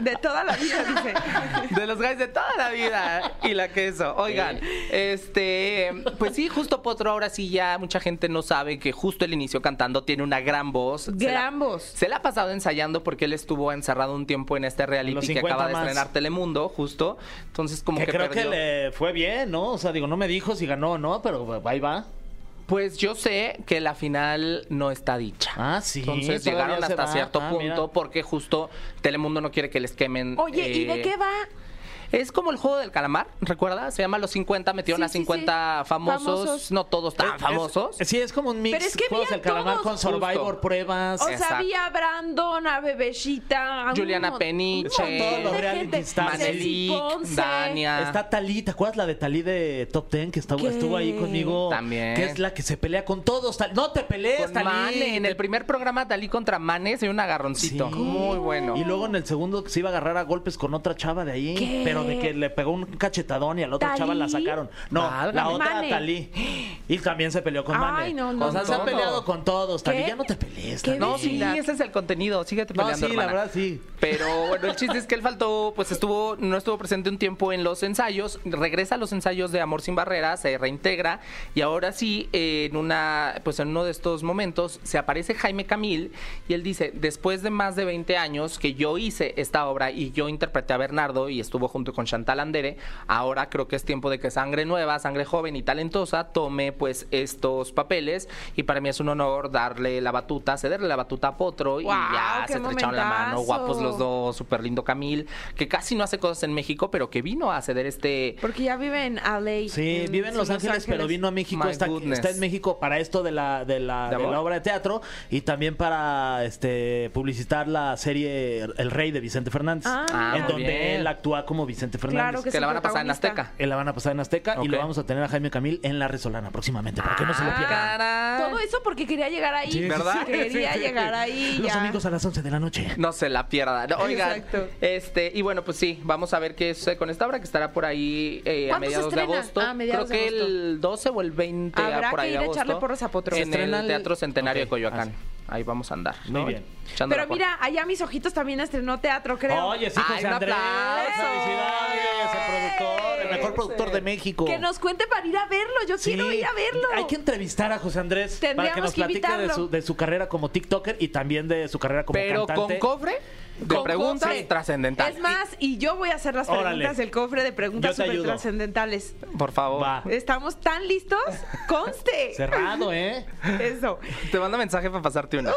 Speaker 4: De toda la vida, dice.
Speaker 8: De los gays de toda la vida y la queso. Oigan, este, pues sí, justo Potro, ahora sí ya mucha gente no sabe que justo él inició cantando, tiene una gran voz. Se la-
Speaker 4: Gran voz.
Speaker 8: Se la ha pasado ensayando porque él estuvo encerrado un tiempo en este
Speaker 3: En los
Speaker 8: reality que
Speaker 3: 50
Speaker 8: acaba de
Speaker 3: más.
Speaker 8: estrenar Telemundo, justo. Entonces, como
Speaker 3: Que
Speaker 8: que,
Speaker 3: creo
Speaker 8: perdió.
Speaker 3: que le fue bien, ¿no? O sea, digo, no me dijo si ganó o no, pero ahí va.
Speaker 8: Pues yo sé que la final no está dicha.
Speaker 3: Ah, sí,
Speaker 8: Entonces
Speaker 3: todavía
Speaker 8: llegaron
Speaker 3: se
Speaker 8: hasta
Speaker 3: va.
Speaker 8: cierto
Speaker 3: Ah,
Speaker 8: punto
Speaker 3: mira.
Speaker 8: porque justo Telemundo no quiere que les quemen.
Speaker 4: Oye, ¿y de
Speaker 8: eh,
Speaker 4: qué va?
Speaker 8: Es como el juego del calamar, ¿recuerdas? Se llama Los 50, metieron
Speaker 4: Sí,
Speaker 8: a
Speaker 4: sí,
Speaker 8: 50
Speaker 4: sí.
Speaker 8: famosos,
Speaker 4: Famosos.
Speaker 8: no todos tan
Speaker 3: Es-
Speaker 8: famosos.
Speaker 3: es- sí, es como un mix.
Speaker 4: Pero es que
Speaker 3: Juegos del
Speaker 4: habían
Speaker 3: calamar
Speaker 4: todos.
Speaker 3: con Survivor,
Speaker 8: Justo.
Speaker 3: pruebas.
Speaker 4: O
Speaker 8: Exacto.
Speaker 4: sea, había a Brandon, a Bebellita, a
Speaker 8: Juliana
Speaker 4: un-
Speaker 8: Peniche.
Speaker 4: un montón
Speaker 3: Todos los
Speaker 4: de
Speaker 3: reality
Speaker 4: gente.
Speaker 3: stars.
Speaker 4: Ceci
Speaker 8: Manelik,
Speaker 4: Ponce.
Speaker 8: Dania.
Speaker 3: Ah. Está Talí, ¿te acuerdas la de Talí de Top Ten que estuvo,
Speaker 4: ¿Qué?
Speaker 3: estuvo ahí conmigo?
Speaker 8: También.
Speaker 3: Que es la que se pelea con todos. Tal- No te pelees,
Speaker 8: con
Speaker 3: Talí.
Speaker 8: Mane. En el primer programa Dalí contra Mane se dio un agarroncito.
Speaker 3: Sí.
Speaker 8: Muy bueno.
Speaker 3: Y luego en el segundo se iba a agarrar a golpes con otra chava de ahí,
Speaker 4: ¿Qué?
Speaker 3: pero de que le pegó un cachetadón y a la otra
Speaker 4: ¿Talí?
Speaker 3: chava la sacaron. No, la
Speaker 8: Válgame.
Speaker 3: otra
Speaker 4: Mane.
Speaker 3: Talí. Y también se peleó con
Speaker 4: Ay,
Speaker 3: Mane.
Speaker 4: no, no,
Speaker 3: o sea,
Speaker 8: no.
Speaker 3: se ha peleado con todos, Talí.
Speaker 4: ¿Qué?
Speaker 3: Ya no te pelees,
Speaker 4: ¿Qué
Speaker 3: Talí.
Speaker 8: No, sí,
Speaker 4: Mira.
Speaker 8: ese es el contenido. Síguete
Speaker 3: No,
Speaker 8: peleando,
Speaker 3: sí, la
Speaker 8: hermana.
Speaker 3: verdad sí.
Speaker 8: Pero bueno, el chiste es que él faltó, pues estuvo, no estuvo presente un tiempo en los ensayos, regresa a los ensayos de Amor sin Barreras, se reintegra y ahora sí, eh, en una, pues en uno de estos momentos se aparece Jaime Camil y él dice, después de más de 20 años que yo hice esta obra y yo interpreté a Bernardo y estuvo junto con Chantal Andere, ahora creo que es tiempo de que sangre nueva, sangre joven y talentosa tome pues estos papeles y para mí es un honor darle la batuta, cederle la batuta a Potro y
Speaker 4: ¡Guau,
Speaker 8: ya
Speaker 4: qué
Speaker 8: se estrecharon la mano,
Speaker 4: momentazo!
Speaker 8: guapos los dos súper lindo Camil, que casi no hace cosas en México, pero que vino a ceder este...
Speaker 4: Porque ya vive en LA.
Speaker 3: Sí, vive en Los Ángeles, pero vino a México.
Speaker 8: My
Speaker 3: Está,
Speaker 8: goodness.
Speaker 3: está en México para esto de la, de la,
Speaker 8: ¿De
Speaker 3: de
Speaker 8: amor?
Speaker 3: la obra de teatro y también para este publicitar la serie El Rey de Vicente Fernández,
Speaker 4: Ah,
Speaker 8: Ah,
Speaker 3: en
Speaker 8: muy
Speaker 3: donde
Speaker 8: bien.
Speaker 3: él actúa como Vicente
Speaker 4: Claro
Speaker 3: Fernández.
Speaker 4: que,
Speaker 8: que
Speaker 4: es
Speaker 8: la
Speaker 4: el
Speaker 8: van a pasar en
Speaker 4: protagonista.
Speaker 8: Azteca.
Speaker 3: Él la van a pasar en Azteca y
Speaker 8: Ok.
Speaker 3: lo vamos a tener a Jaime Camil en La Resolana próximamente. ¿Por qué no se lo
Speaker 4: Ah,
Speaker 3: pierdan?
Speaker 8: Caray.
Speaker 4: Todo eso porque quería llegar ahí.
Speaker 3: Sí, sí,
Speaker 8: ¿verdad?
Speaker 4: Quería
Speaker 8: Sí, sí, sí.
Speaker 4: llegar ahí.
Speaker 3: Los
Speaker 4: ya.
Speaker 3: amigos a las 11 de la noche.
Speaker 8: No se la pierda. No, Oigan,
Speaker 4: Exacto.
Speaker 8: este, y bueno, pues sí, vamos a ver qué sucede con esta obra que estará por ahí eh, a
Speaker 4: ¿Cuándo se
Speaker 8: mediados de
Speaker 4: estrena?
Speaker 8: agosto.
Speaker 4: Ah, mediados
Speaker 8: Creo
Speaker 4: de
Speaker 8: que el 12 o el 20
Speaker 4: Habrá
Speaker 8: por
Speaker 4: que
Speaker 8: ahí de
Speaker 4: ir a
Speaker 8: agosto,
Speaker 4: echarle porras a Potro.
Speaker 8: En
Speaker 3: Estrena
Speaker 8: el
Speaker 3: el-
Speaker 8: Teatro Centenario
Speaker 3: Ok,
Speaker 8: de Coyoacán.
Speaker 3: así.
Speaker 8: Ahí vamos a andar.
Speaker 3: Muy
Speaker 8: ¿no?
Speaker 3: bien.
Speaker 8: Echando
Speaker 4: Pero
Speaker 8: la porra.
Speaker 4: mira, allá mis ojitos también estrenó teatro, creo.
Speaker 3: Oye, sí,
Speaker 8: Ay,
Speaker 3: José
Speaker 8: un
Speaker 3: Andrés.
Speaker 8: aplauso.
Speaker 3: Felicidades al productor, el mejor productor de México.
Speaker 4: Que nos cuente para ir a verlo. Yo
Speaker 3: Sí,
Speaker 4: quiero ir a verlo.
Speaker 3: Hay que entrevistar a José Andrés para que
Speaker 4: Tendríamos
Speaker 3: nos
Speaker 4: que
Speaker 3: platique de
Speaker 4: invitarlo.
Speaker 3: su, de su carrera como TikToker y también de su carrera como
Speaker 8: Pero
Speaker 3: cantante.
Speaker 8: con cofre de
Speaker 4: Con
Speaker 8: preguntas
Speaker 4: cofre.
Speaker 8: trascendentales.
Speaker 4: Es más, y yo voy a hacer las
Speaker 3: Órale.
Speaker 4: preguntas del cofre de
Speaker 3: Yo
Speaker 4: preguntas
Speaker 3: te
Speaker 4: súper
Speaker 3: ayudo.
Speaker 4: trascendentales.
Speaker 8: Por favor.
Speaker 3: Va.
Speaker 4: ¿Estamos tan listos? Conste.
Speaker 3: Cerrado, ¿eh?
Speaker 4: Eso.
Speaker 8: Te mando mensaje para pasarte uno.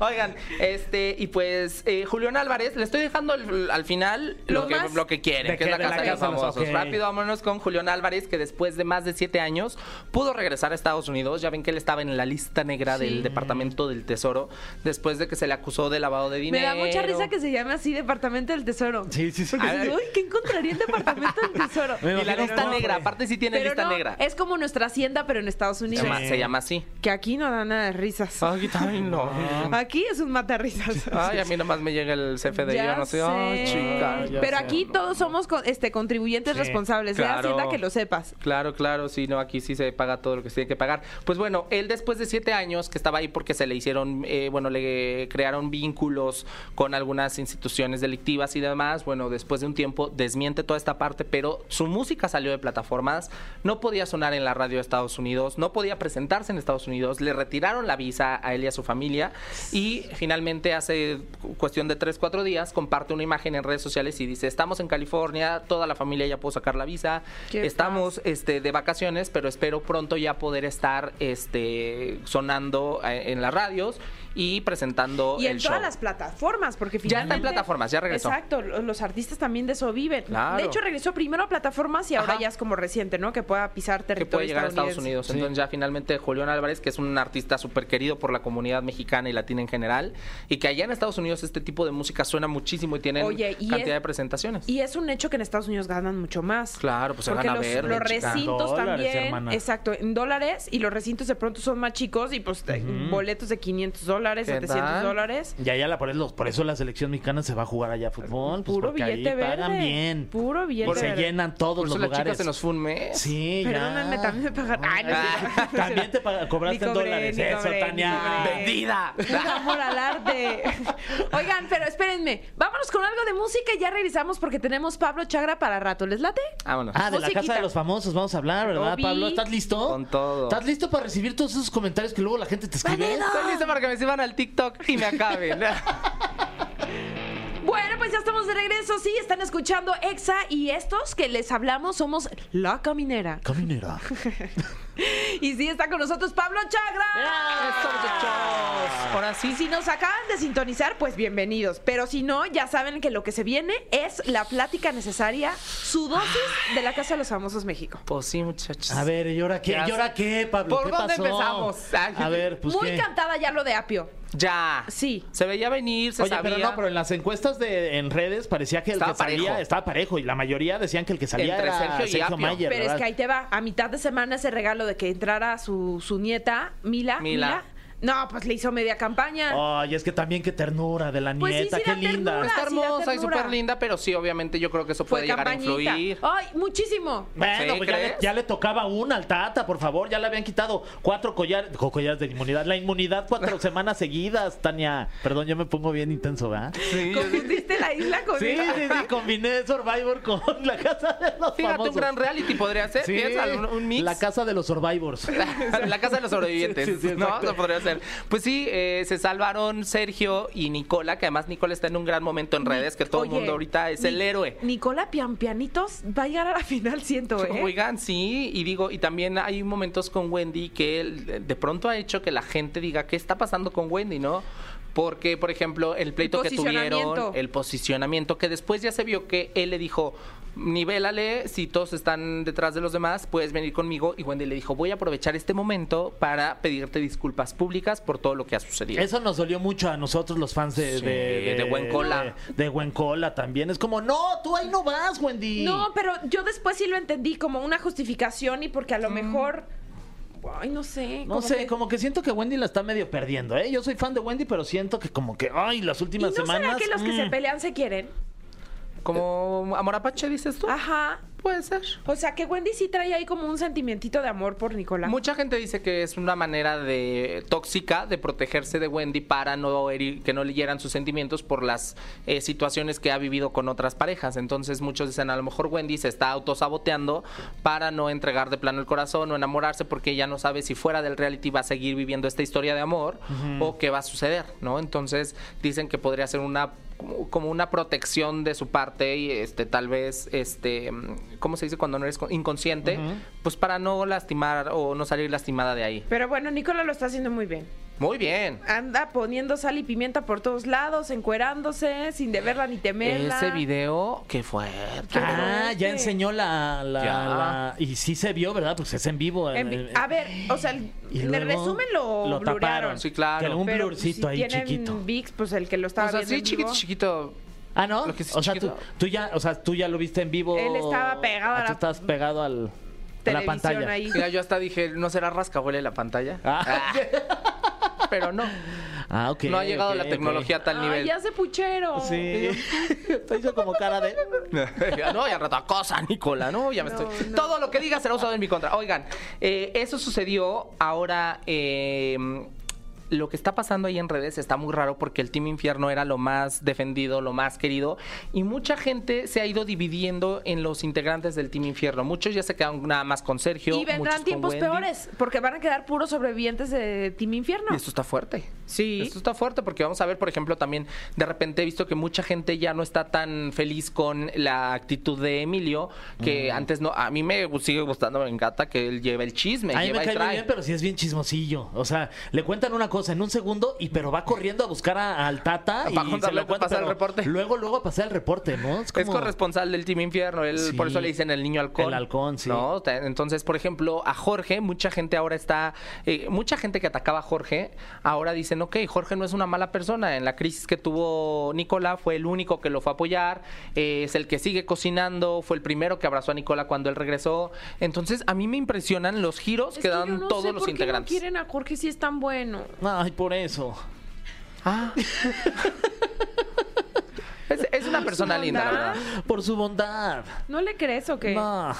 Speaker 8: Oigan, este, y pues, eh, Julián Álvarez, le estoy dejando al, al final lo,
Speaker 4: Lo
Speaker 8: que,
Speaker 4: más-
Speaker 8: lo que quiere,
Speaker 3: ¿De
Speaker 8: que
Speaker 3: qué?
Speaker 8: es la
Speaker 3: De la
Speaker 8: casa de los
Speaker 3: casa de los-
Speaker 8: famosos.
Speaker 3: ok.
Speaker 8: Rápido, vámonos con Julián Álvarez, que después de más de siete años pudo regresar a Estados Unidos. Ya ven que él estaba en la lista negra del Departamento del Tesoro después de que se le acusó de lavado de
Speaker 4: Me
Speaker 8: dinero.
Speaker 4: da mucha risa que se llame así Departamento del Tesoro.
Speaker 3: Sí, sí, sí.
Speaker 4: Porque dices, uy, ¿qué encontraría el Departamento del Tesoro?
Speaker 3: Me
Speaker 8: Y la
Speaker 3: imagino
Speaker 8: lista
Speaker 3: el nombre.
Speaker 8: negra, aparte sí tiene
Speaker 4: Pero
Speaker 8: lista
Speaker 4: no,
Speaker 8: negra.
Speaker 4: es como nuestra hacienda, pero en Estados
Speaker 8: Se
Speaker 4: Unidos.
Speaker 8: llama, se llama así. Ah.
Speaker 4: Que aquí no da nada de risas.
Speaker 8: Ay, también no.
Speaker 4: Aquí es un matarrisas.
Speaker 8: Ay, a mí nomás me llega el CFDI,
Speaker 4: Ya
Speaker 8: yo no sé. Ay,
Speaker 4: sé.
Speaker 8: chica.
Speaker 3: ya
Speaker 4: Pero
Speaker 3: sé.
Speaker 4: aquí todos somos co- este, contribuyentes
Speaker 3: Sí,
Speaker 4: responsables. de
Speaker 8: claro.
Speaker 4: Hacienda que lo sepas.
Speaker 8: Claro, claro, sí, no, aquí sí se paga todo lo que se tiene que pagar. Pues bueno, él después de siete años que estaba ahí porque se le hicieron, eh, bueno, le crearon generaron vínculos con algunas instituciones delictivas y demás. Bueno, después de un tiempo desmiente toda esta parte, pero su música salió de plataformas, no podía sonar en la radio de Estados Unidos, no podía presentarse en Estados Unidos, le retiraron la visa a él y a su familia y finalmente hace cu- cuestión de 3, 4 días comparte una imagen en redes sociales y dice, estamos en California, toda la familia ya pudo sacar la visa,
Speaker 4: Qué
Speaker 8: estamos este, de vacaciones, pero espero pronto ya poder estar este, sonando eh, en las radios y presentando
Speaker 4: Y en
Speaker 8: Oh, el
Speaker 4: todas
Speaker 8: show.
Speaker 4: las plataformas, porque
Speaker 8: Ya está en
Speaker 4: finalmente...
Speaker 8: plataformas, ya regresó.
Speaker 4: Exacto, lo- los artistas también de eso viven.
Speaker 8: Claro.
Speaker 4: De hecho, regresó primero a plataformas y ahora
Speaker 8: Ajá.
Speaker 4: ya es como reciente, ¿no? Que pueda pisar
Speaker 8: que
Speaker 4: territorio
Speaker 8: puede llegar a Estados Unidos.
Speaker 2: Sí.
Speaker 8: Entonces ya finalmente Julián Álvarez, que es un artista súper querido por la comunidad mexicana y latina en general, y que allá en Estados Unidos este tipo de música suena muchísimo y tienen
Speaker 4: Oye, y
Speaker 8: cantidad
Speaker 4: es-
Speaker 8: de presentaciones.
Speaker 4: Y es un hecho que en Estados Unidos ganan mucho más.
Speaker 8: Claro, pues se
Speaker 4: Porque
Speaker 8: gana
Speaker 4: los,
Speaker 8: verde,
Speaker 4: los
Speaker 8: chica.
Speaker 4: recintos
Speaker 2: Dólares,
Speaker 4: también,
Speaker 2: hermana.
Speaker 4: exacto, en dólares y los recintos de pronto son más chicos y pues te- boletos de 500 dólares,
Speaker 8: ¿Qué
Speaker 4: 700
Speaker 8: tal?
Speaker 4: dólares.
Speaker 2: Y allá la, por, eso, por eso la selección mexicana se va a jugar allá a fútbol. pues,
Speaker 4: Puro
Speaker 2: porque ahí
Speaker 4: billete verde.
Speaker 2: pagan bien.
Speaker 4: Puro billete
Speaker 2: Y se
Speaker 4: verde.
Speaker 2: llenan todos
Speaker 8: Por eso
Speaker 2: los
Speaker 8: las
Speaker 2: lugares.
Speaker 8: chicas se nos fue un mes.
Speaker 2: Sí, ya.
Speaker 4: Perdónenme, también me pagan. Ay, no es
Speaker 2: Ah,
Speaker 4: cierto.
Speaker 2: también te paga- cobraste
Speaker 4: Ni
Speaker 2: en
Speaker 4: cobré,
Speaker 2: dólares.
Speaker 4: ni
Speaker 2: Eso,
Speaker 4: cobré, ni
Speaker 2: Tania.
Speaker 4: cobré.
Speaker 8: ¡Vendida!
Speaker 4: Un amor al arte. Oigan, pero espérenme. Vámonos con algo de música y ya regresamos porque tenemos Pablo Chagra para rato. ¿Les late?
Speaker 8: Vámonos.
Speaker 2: Ah, de la
Speaker 4: Musiquita.
Speaker 2: casa de los famosos vamos a hablar, ¿verdad,
Speaker 4: Obi.
Speaker 2: Pablo? ¿Estás listo?
Speaker 8: Con todo.
Speaker 2: ¿Estás listo para recibir todos esos comentarios que luego la gente te escribe?
Speaker 8: Estoy lista para que me suban al TikTok y me acaben.
Speaker 4: Bueno, pues ya estamos de regreso. Sí, están escuchando Exa y estos que les hablamos somos La Caminera.
Speaker 2: Caminera.
Speaker 4: Y sí, está con nosotros Pablo Chagra.
Speaker 8: Esto, muchachos. Ahora sí,
Speaker 4: Y si nos acaban de sintonizar, pues bienvenidos. Pero si no, ya saben que lo que se viene es la plática necesaria, su dosis de la Casa de los Famosos México.
Speaker 8: Pues sí, muchachos.
Speaker 2: A ver, ¿y ahora qué?
Speaker 8: Ya
Speaker 2: ¿Y ahora qué, Pablo?
Speaker 8: ¿Por
Speaker 2: ¿Qué
Speaker 8: dónde
Speaker 2: pasó?
Speaker 8: empezamos? Ay.
Speaker 2: A ver, pues
Speaker 4: Muy
Speaker 2: qué.
Speaker 4: cantada ya lo de Apio.
Speaker 8: Ya.
Speaker 4: Sí.
Speaker 8: Se veía venir, se
Speaker 2: Oye,
Speaker 8: sabía.
Speaker 2: pero no, pero en las encuestas de en redes parecía que el
Speaker 8: Estaba
Speaker 2: que salía
Speaker 8: parejo.
Speaker 2: estaba parejo y la mayoría decían que el que salía
Speaker 8: Entre
Speaker 2: era
Speaker 8: Sergio y Apio.
Speaker 2: Mayer,
Speaker 4: Pero es
Speaker 2: ¿verdad?
Speaker 4: que ahí te va. A mitad de semana ese regalo de que entrara su, su nieta, Mila.
Speaker 8: Mila.
Speaker 4: Mila. No, pues le hizo media campaña.
Speaker 2: Ay, es que también qué ternura de la
Speaker 4: Pues sí,
Speaker 2: nieta,
Speaker 4: sí
Speaker 2: qué
Speaker 4: da
Speaker 2: linda.
Speaker 4: ternura. sí
Speaker 8: Está
Speaker 4: da
Speaker 8: hermosa y
Speaker 4: ternura.
Speaker 8: súper linda, pero sí, obviamente yo creo que eso puede
Speaker 4: Fue
Speaker 8: llegar a
Speaker 4: campañita.
Speaker 8: influir.
Speaker 4: Ay, muchísimo.
Speaker 2: Bueno,
Speaker 8: ¿Sí
Speaker 2: pues ya le,
Speaker 8: crees?
Speaker 2: ya le tocaba una al Tata, por favor. Ya le habían quitado cuatro collares, co- collares de inmunidad. La inmunidad cuatro semanas seguidas, Tania. Perdón, yo me pongo bien intenso, ¿verdad?
Speaker 8: Sí,
Speaker 4: Confundiste la isla con
Speaker 2: Sí, sí, sí. Combiné Survivor con la casa de los
Speaker 8: Fíjate,
Speaker 2: famosos.
Speaker 8: un gran reality podría ser.
Speaker 2: Sí,
Speaker 8: Piénsalo, un, un mix.
Speaker 2: La casa de los Survivors.
Speaker 8: La casa de los sobrevivientes.
Speaker 2: Sí, sí, sí,
Speaker 8: no,
Speaker 2: exacto.
Speaker 8: Eso podría ser. Pues sí, eh, se salvaron Sergio y Nicola, que además Nicola está en un gran momento en redes, que todo el
Speaker 4: Oye,
Speaker 8: mundo ahorita es
Speaker 4: Ni-
Speaker 8: el héroe.
Speaker 4: Nicola Pian Pianitos va a llegar a la final, siento, ¿eh?
Speaker 8: Oigan, sí, y digo, y también hay momentos con Wendy que él, de pronto ha hecho que la gente diga qué está pasando con Wendy, ¿no? Porque, por ejemplo, el pleito que tuvieron,
Speaker 4: posicionamiento.
Speaker 8: el posicionamiento, que después ya se vio que él le dijo, nivélale, si todos están detrás de los demás, puedes venir conmigo. Y Wendy le dijo, voy a aprovechar este momento para pedirte disculpas públicas por todo lo que ha sucedido.
Speaker 2: Eso nos dolió mucho a nosotros, los fans de,
Speaker 8: Sí,
Speaker 2: de,
Speaker 8: de Huencola.
Speaker 2: De, de Huencola también. Es como, no, tú ahí no vas, Wendy.
Speaker 4: No, pero yo después sí lo entendí como una justificación y porque a
Speaker 8: Mm.
Speaker 4: lo mejor. Ay, no sé.
Speaker 2: No sé, como que siento que Wendy la está medio perdiendo, ¿eh? Yo soy fan de Wendy, pero siento que como que, ay, las
Speaker 4: ¿Y
Speaker 2: últimas
Speaker 4: no
Speaker 2: semanas...
Speaker 4: será que los que se
Speaker 2: mm.
Speaker 4: pelean se quieren?
Speaker 8: Como amor apache, dices tú.
Speaker 4: Ajá.
Speaker 8: Puede ser.
Speaker 4: O sea, que Wendy sí trae ahí como un sentimientito de amor por Nicola.
Speaker 8: Mucha gente dice que es una manera de tóxica de protegerse de Wendy para no herir- que no le hieran sus sentimientos por las eh, situaciones que ha vivido con otras parejas. Entonces muchos dicen a lo mejor Wendy se está autosaboteando para no entregar de plano el corazón o enamorarse porque ella no sabe si fuera del reality va a seguir viviendo esta historia de amor o qué va a suceder, ¿no? Entonces dicen que podría ser una como- como una protección de su parte y este tal vez este mm, cómo se dice cuando no eres con- inconsciente pues para no lastimar o no salir lastimada de ahí
Speaker 4: Pero bueno, Nicola lo está haciendo muy bien.
Speaker 8: muy bien
Speaker 4: Anda poniendo sal y pimienta por todos lados, encuerándose, sin deberla ni temerla.
Speaker 8: ese video qué fuerte
Speaker 2: Ah, ya enseñó la, la-
Speaker 8: Ya.
Speaker 2: la- Y sí se vio, ¿verdad? Pues es en vivo.
Speaker 4: En vi-
Speaker 2: eh,
Speaker 4: a ver, o sea, el-
Speaker 2: y
Speaker 4: en el
Speaker 2: luego
Speaker 4: resumen lo,
Speaker 2: lo
Speaker 4: blurearon.
Speaker 2: taparon.
Speaker 8: Sí, claro.
Speaker 2: Que un
Speaker 4: Pero, pues,
Speaker 2: blurcito
Speaker 4: si
Speaker 2: ahí
Speaker 4: tienen
Speaker 2: chiquito.
Speaker 4: VIX, pues el que lo estaba
Speaker 8: o sea
Speaker 4: viendo
Speaker 8: sí
Speaker 4: en
Speaker 8: chiquito
Speaker 4: vivo,
Speaker 8: chiquito
Speaker 2: Ah, ¿no?
Speaker 8: Lo que sí
Speaker 2: o, sea, tú,
Speaker 8: chiquito.
Speaker 2: tú ya, o sea, tú ya lo viste en vivo.
Speaker 4: Él estaba pegado a
Speaker 2: Ah, tú
Speaker 4: la
Speaker 2: estabas pegado al, a la
Speaker 4: televisión
Speaker 2: pantalla.
Speaker 4: ahí.
Speaker 8: mira yo hasta dije no será rascahuele la pantalla
Speaker 2: Ah,
Speaker 8: pero no
Speaker 2: ah, ok.
Speaker 8: no ha llegado
Speaker 2: ok,
Speaker 8: la
Speaker 2: ok.
Speaker 8: tecnología a tal
Speaker 4: Ay,
Speaker 8: nivel
Speaker 4: Ah, ya se puchero.
Speaker 2: Sí. Te hizo como cara de.
Speaker 8: no, ya rato, cosa, Nicola, no, ya me
Speaker 4: No,
Speaker 8: estoy.
Speaker 4: no.
Speaker 8: Todo lo que diga será usado en mi contra. Oigan, eh, eso sucedió ahora. eh, lo que está pasando ahí en redes está muy raro porque el Team Infierno era lo más defendido, lo más querido y mucha gente se ha ido dividiendo en los integrantes del Team Infierno. Muchos ya se quedaron nada más con
Speaker 3: pues,
Speaker 8: Sergio.
Speaker 4: Y
Speaker 8: muchos
Speaker 4: vendrán
Speaker 8: con
Speaker 4: tiempos
Speaker 8: Wendy.
Speaker 4: peores, porque van a quedar puros sobrevivientes de Team Infierno.
Speaker 8: Y esto está fuerte.
Speaker 4: Sí.
Speaker 8: Esto está fuerte porque vamos a ver, por ejemplo, también de repente he visto que mucha gente ya no está tan feliz con la actitud de Emilio, que antes no. A mí me sigue gustando, me encanta que él lleva el chisme.
Speaker 3: A mí
Speaker 8: lleva
Speaker 3: me
Speaker 8: y
Speaker 3: cae muy
Speaker 8: trae.
Speaker 3: bien, pero sí es bien chismosillo. O sea, le cuentan una cosa en un segundo y pero va corriendo a buscar a- al Tata
Speaker 8: Para
Speaker 3: y se
Speaker 8: contarle
Speaker 3: lo
Speaker 8: que
Speaker 3: cuenta.
Speaker 8: pasa el
Speaker 3: pero
Speaker 8: reporte.
Speaker 3: Luego, luego a pasar el reporte, ¿no? Es
Speaker 8: Es corresponsal del Team Infierno, él,
Speaker 3: Sí.
Speaker 8: por eso le dicen el niño halcón.
Speaker 3: El halcón, sí.
Speaker 8: ¿no? Te- Entonces, por ejemplo, a Jorge, mucha gente ahora está, eh, mucha gente que atacaba a Jorge, ahora dicen, ok, Jorge no es una mala persona, en la crisis que tuvo Nicola fue el único que lo fue a apoyar, eh, es el que sigue cocinando, fue el primero que abrazó a Nicola cuando él regresó. Entonces, a mí me impresionan los giros
Speaker 4: Es
Speaker 8: que,
Speaker 4: yo
Speaker 8: dan
Speaker 4: no sé
Speaker 8: todos
Speaker 4: por
Speaker 8: los
Speaker 4: qué
Speaker 8: integrantes.
Speaker 4: No quieren a Jorge si es tan bueno.
Speaker 3: Ay, por eso.
Speaker 8: Ah. es, es una persona linda, la
Speaker 4: bondad.
Speaker 8: verdad.
Speaker 3: Por su bondad.
Speaker 4: ¿No le crees o qué? Ah.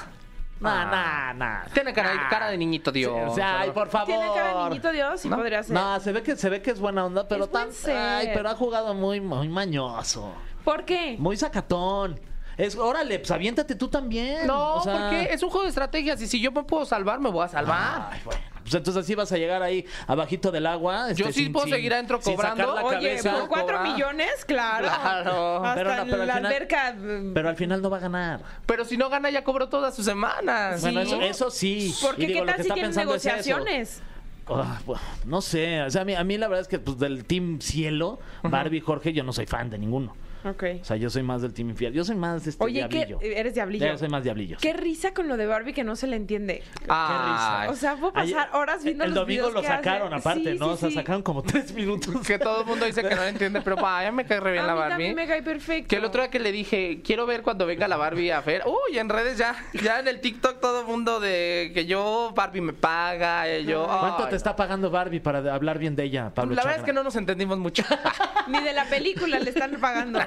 Speaker 3: No. No, no, no.
Speaker 8: Tiene
Speaker 3: Ah.
Speaker 8: cara, cara de niñito, Dios.
Speaker 3: O sea, ay, por favor.
Speaker 4: Tiene cara de niñito Dios y
Speaker 8: No.
Speaker 4: podría ser.
Speaker 3: No, se ve que se ve que es buena onda, pero
Speaker 4: Es buen
Speaker 3: tan
Speaker 4: ser.
Speaker 3: ay, pero ha jugado muy muy mañoso,
Speaker 4: ¿Por qué?
Speaker 3: muy sacatón. Es órale, pues aviéntate tú también.
Speaker 8: No,
Speaker 3: o sea,
Speaker 8: porque es un juego de estrategias y si yo me puedo salvar, me voy a salvar.
Speaker 3: Ay, bueno. Pues entonces así vas a llegar ahí abajito del agua. este,
Speaker 8: Yo sí puedo seguir adentro
Speaker 3: sin sacar
Speaker 8: cobrando.
Speaker 3: la
Speaker 4: Oye,
Speaker 3: cabeza.
Speaker 4: por cuatro
Speaker 8: cobrar.
Speaker 4: millones, claro.
Speaker 8: Claro.
Speaker 4: Hasta
Speaker 3: Pero no, pero
Speaker 4: en
Speaker 3: al
Speaker 4: la
Speaker 3: final-
Speaker 4: alberca. mm,
Speaker 3: Pero al final no va a ganar.
Speaker 8: Pero si no gana, ya cobró todas sus semanas.
Speaker 3: Bueno, eso, eso sí.
Speaker 4: ¿Por
Speaker 3: Y
Speaker 4: qué? ¿Qué
Speaker 3: digo, lo
Speaker 4: tal
Speaker 3: que
Speaker 4: si
Speaker 3: está
Speaker 4: tienen
Speaker 3: pensando es eso.
Speaker 4: negociaciones?
Speaker 3: Ah, bueno, no sé, o sea, a mí, a mí la verdad es que pues, del Team Cielo, Barbie, Jorge, yo no soy fan de ninguno.
Speaker 4: Ok.
Speaker 3: O sea, yo soy más del Team Infiel. Yo soy más este
Speaker 4: Oye, ¿qué?
Speaker 3: diablillo.
Speaker 4: Eres diablillo.
Speaker 3: Yo soy más diablillo.
Speaker 4: Qué risa con lo de Barbie que no se le entiende.
Speaker 8: Ah,
Speaker 4: O sea, puedo
Speaker 3: Ayer-
Speaker 4: pasar horas viendo
Speaker 3: El
Speaker 4: los
Speaker 3: domingo
Speaker 4: videos
Speaker 3: lo
Speaker 4: que
Speaker 3: sacaron
Speaker 4: hacen.
Speaker 3: aparte,
Speaker 4: Sí,
Speaker 3: ¿no?
Speaker 4: sí,
Speaker 3: o sea,
Speaker 4: sí.
Speaker 3: sacaron como tres minutos.
Speaker 8: que todo el mundo dice que no lo entiende, pero vaya, me cae re bien la
Speaker 4: a mí
Speaker 8: Barbie.
Speaker 4: también me cae perfecto.
Speaker 8: Que el otro día que le dije, quiero ver cuando venga la Barbie a Fer. Uy, en redes ya, ya en el TikTok todo el mundo de que yo, Barbie me paga, eh, yo...
Speaker 3: ¿Cuánto
Speaker 8: ay,
Speaker 3: te está pagando Barbie para de- hablar bien de ella,
Speaker 8: no.
Speaker 3: Pablo?
Speaker 8: La verdad es
Speaker 3: Chagra?
Speaker 8: que no nos entendimos mucho.
Speaker 4: Ni de la película le están pagando.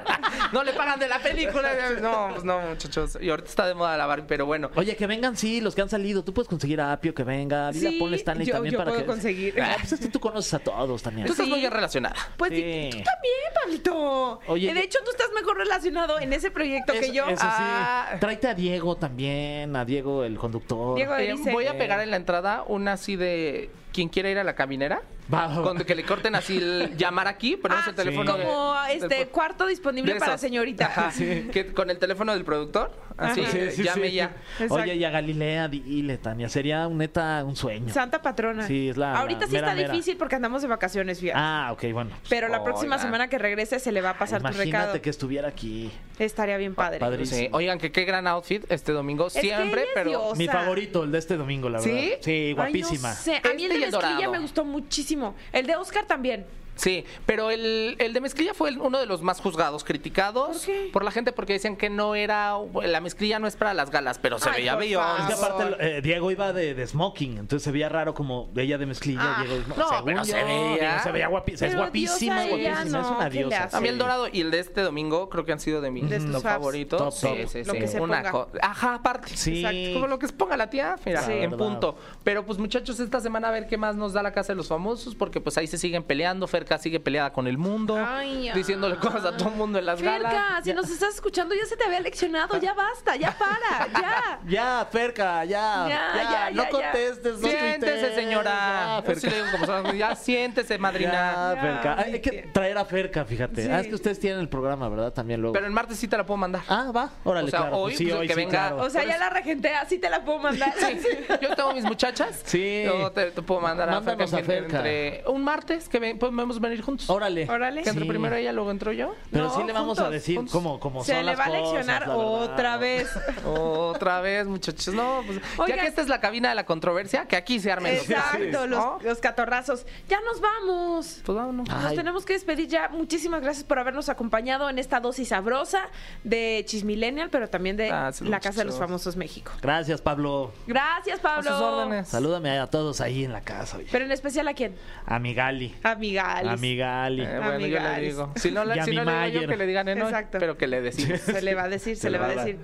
Speaker 8: no le pagan de la película. No, pues no, muchachos. Y ahorita está de moda la Barbie, pero bueno.
Speaker 3: Oye, que vengan, sí, los que han salido. Tú puedes conseguir a Apio que venga. Dile
Speaker 4: Sí,
Speaker 3: a Paul Stanley
Speaker 4: yo-
Speaker 3: también
Speaker 4: yo
Speaker 3: para
Speaker 4: puedo
Speaker 3: que.
Speaker 4: conseguir.
Speaker 3: Ah, pues es que tú conoces a todos también.
Speaker 8: Tú estás
Speaker 4: Sí.
Speaker 8: muy bien relacionada.
Speaker 4: Pues
Speaker 3: Sí.
Speaker 4: y tú también, Pablito.
Speaker 3: Oye,
Speaker 4: Eh, de
Speaker 3: yo-
Speaker 4: hecho, tú estás mejor relacionado en ese proyecto que yo.
Speaker 3: Eso sí.
Speaker 4: Ah,
Speaker 3: Tráete a Diego también, a Diego el conductor.
Speaker 4: Diego
Speaker 8: Eh,
Speaker 4: dice.
Speaker 8: voy a pegar en la entrada una así de quien quiera ir a la caminera.
Speaker 3: Va, va, va.
Speaker 8: Con que le corten así el llamar aquí, pero es
Speaker 4: Ah,
Speaker 8: el teléfono. de-
Speaker 4: Como este
Speaker 8: del-
Speaker 4: cuarto disponible
Speaker 8: de
Speaker 4: para
Speaker 8: esos.
Speaker 4: señorita.
Speaker 8: Ajá, que con el teléfono del productor. Así,
Speaker 4: Ajá.
Speaker 8: eh, llame ya.
Speaker 4: Exacto.
Speaker 3: Oye, y a Galilea, dile, Tania. Sería un neta un sueño.
Speaker 4: Santa patrona.
Speaker 3: Sí, es la- la
Speaker 4: Ahorita sí
Speaker 3: mera,
Speaker 4: está
Speaker 3: mera.
Speaker 4: difícil porque andamos de vacaciones, fíjate.
Speaker 3: Ah, ok, bueno.
Speaker 4: Pero la próxima
Speaker 8: Oiga.
Speaker 4: semana que regrese se le va a pasar tu
Speaker 3: Imagínate
Speaker 4: recado.
Speaker 3: que estuviera aquí.
Speaker 4: Estaría bien padre.
Speaker 3: Padre. Padrísimo.
Speaker 8: Sí, Oigan, que qué gran outfit este domingo.
Speaker 4: que
Speaker 8: Siempre,
Speaker 4: ella es
Speaker 8: pero.
Speaker 4: Dios. O
Speaker 3: Mi
Speaker 4: sea-
Speaker 3: favorito, el de este domingo, la
Speaker 8: ¿Sí?
Speaker 3: verdad. Sí,
Speaker 4: Ay,
Speaker 3: guapísima.
Speaker 4: no sé. A mí
Speaker 8: Este
Speaker 4: el
Speaker 8: y
Speaker 4: de
Speaker 8: el
Speaker 4: mezclilla
Speaker 8: dorado.
Speaker 4: me gustó muchísimo. El de Oscar también.
Speaker 8: Sí, pero el, el de mezclilla fue el- uno de los más juzgados, criticados
Speaker 4: ¿Por qué?
Speaker 8: la gente porque decían que no era. La mezclilla no es para las galas, pero se
Speaker 4: Ay,
Speaker 8: veía
Speaker 4: por
Speaker 8: Beyoncé.
Speaker 4: Ah,
Speaker 3: Es que aparte eh, Diego iba de, de smoking, entonces se veía raro como ella de mezclilla,
Speaker 4: Ah,
Speaker 3: Diego de smoking.
Speaker 8: no,
Speaker 3: Según
Speaker 8: pero se veía-
Speaker 3: digo, se veía guapísima, es
Speaker 4: Pero
Speaker 3: guapísima,
Speaker 4: diosa ella,
Speaker 3: guapísima, es
Speaker 4: no,
Speaker 3: una
Speaker 4: ¿qué le
Speaker 3: diosa.
Speaker 4: hace?
Speaker 8: A mí el
Speaker 3: Sí.
Speaker 8: dorado y el de este domingo creo que han sido de mis
Speaker 4: De tus
Speaker 8: top
Speaker 4: apps.
Speaker 8: favoritos.
Speaker 3: Top,
Speaker 8: sí,
Speaker 3: top.
Speaker 8: sí,
Speaker 4: Lo
Speaker 8: sí.
Speaker 4: que se
Speaker 8: Una
Speaker 4: ponga.
Speaker 8: co- Ajá, aparte.
Speaker 3: Sí.
Speaker 8: Exacto. Como lo que se ponga la tía, mira,
Speaker 3: Sí.
Speaker 8: en
Speaker 3: Verdad.
Speaker 8: punto. Pero pues muchachos, esta semana a ver qué más nos da la casa de los famosos, porque pues ahí se siguen peleando. Ferca sigue peleada con el mundo,
Speaker 4: Ay,
Speaker 8: diciéndole
Speaker 4: ay.
Speaker 8: cosas a todo el mundo en las
Speaker 4: Ferca,
Speaker 8: galas.
Speaker 4: si nos estás escuchando, ya se te había leccionado. Ya basta, ya para, ya.
Speaker 3: Ya, Ferca, ya.
Speaker 4: Ya,
Speaker 3: Ya,
Speaker 4: ya,
Speaker 3: no
Speaker 4: ya,
Speaker 3: contestes. no
Speaker 8: Siéntese,
Speaker 3: tuitees,
Speaker 8: señora.
Speaker 3: Ya, Ferca.
Speaker 8: Sí le digo como son, ya siéntese, madrina.
Speaker 3: Ya, Ferca. Ay,
Speaker 4: sí,
Speaker 3: hay que traer a Ferca, fíjate.
Speaker 4: Sí.
Speaker 3: Ah, es que ustedes tienen el programa, ¿verdad? También luego.
Speaker 8: Pero el martes sí te la puedo mandar.
Speaker 3: Ah, va. Órale,
Speaker 8: O sea,
Speaker 3: claro.
Speaker 8: hoy,
Speaker 3: sí,
Speaker 8: pues,
Speaker 3: hoy
Speaker 8: que
Speaker 3: sí,
Speaker 8: venga.
Speaker 3: claro.
Speaker 4: O sea, ya la regenté, así te la puedo mandar.
Speaker 8: Yo tengo mis muchachas.
Speaker 3: Sí.
Speaker 8: Yo te, te puedo mandar a
Speaker 3: Mándanos
Speaker 8: Ferca,
Speaker 3: a Ferca.
Speaker 8: entre- un martes que ven- podemos venir juntos.
Speaker 3: Órale.
Speaker 4: Órale.
Speaker 8: Que entre
Speaker 3: Sí.
Speaker 8: primero ella, luego entro yo.
Speaker 3: Pero
Speaker 4: No,
Speaker 3: sí le vamos a
Speaker 4: juntos,
Speaker 3: decir
Speaker 8: juntos.
Speaker 3: cómo, cómo
Speaker 4: Se
Speaker 3: son
Speaker 4: le
Speaker 3: las
Speaker 4: va a
Speaker 3: cosas,
Speaker 4: leccionar
Speaker 3: la verdad.
Speaker 4: otra vez.
Speaker 8: Otra vez, muchachos. No, pues,
Speaker 4: Oigan.
Speaker 8: ya que esta es la cabina de la controversia, que aquí se armen los
Speaker 4: Exacto,
Speaker 8: debates, ¿no?
Speaker 4: los, los catorrazos. Ya nos vamos.
Speaker 8: Pues vámonos.
Speaker 4: Nos
Speaker 3: Ay.
Speaker 4: tenemos que despedir ya. Muchísimas gracias por habernos acompañado en esta dosis sabrosa de Chismillennial, pero también de
Speaker 8: Gracias,
Speaker 4: la Casa de los
Speaker 8: muchachos.
Speaker 4: Famosos México.
Speaker 3: Gracias, Pablo.
Speaker 4: Gracias, Pablo.
Speaker 8: A sus órdenes.
Speaker 3: Salúdame a todos ahí en la casa. oye.
Speaker 4: Pero en especial a quién?
Speaker 3: A mi Gali.
Speaker 4: Amiga Alice.
Speaker 3: A mi Gali.
Speaker 8: Eh, bueno, yo
Speaker 4: Amigas.
Speaker 8: le digo. Si no,
Speaker 3: Y
Speaker 8: le,
Speaker 3: a
Speaker 8: si
Speaker 3: mi
Speaker 8: no le digo yo
Speaker 3: Mayer.
Speaker 8: que le digan en hoy,
Speaker 4: Exacto.
Speaker 8: pero que le decimos.
Speaker 4: Se le va a decir, se le va a decir.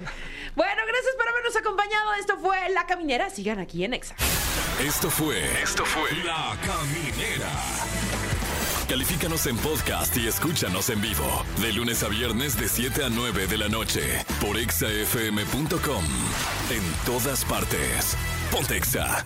Speaker 4: Bueno, gracias por habernos acompañado. Esto fue La Caminera. Sigan aquí en Exa.
Speaker 7: Esto fue. Esto fue. La Caminera. Califícanos en podcast y escúchanos en vivo. De lunes a viernes de 7 a 9 de la noche. Por exafm.com. En todas partes. Pontexa.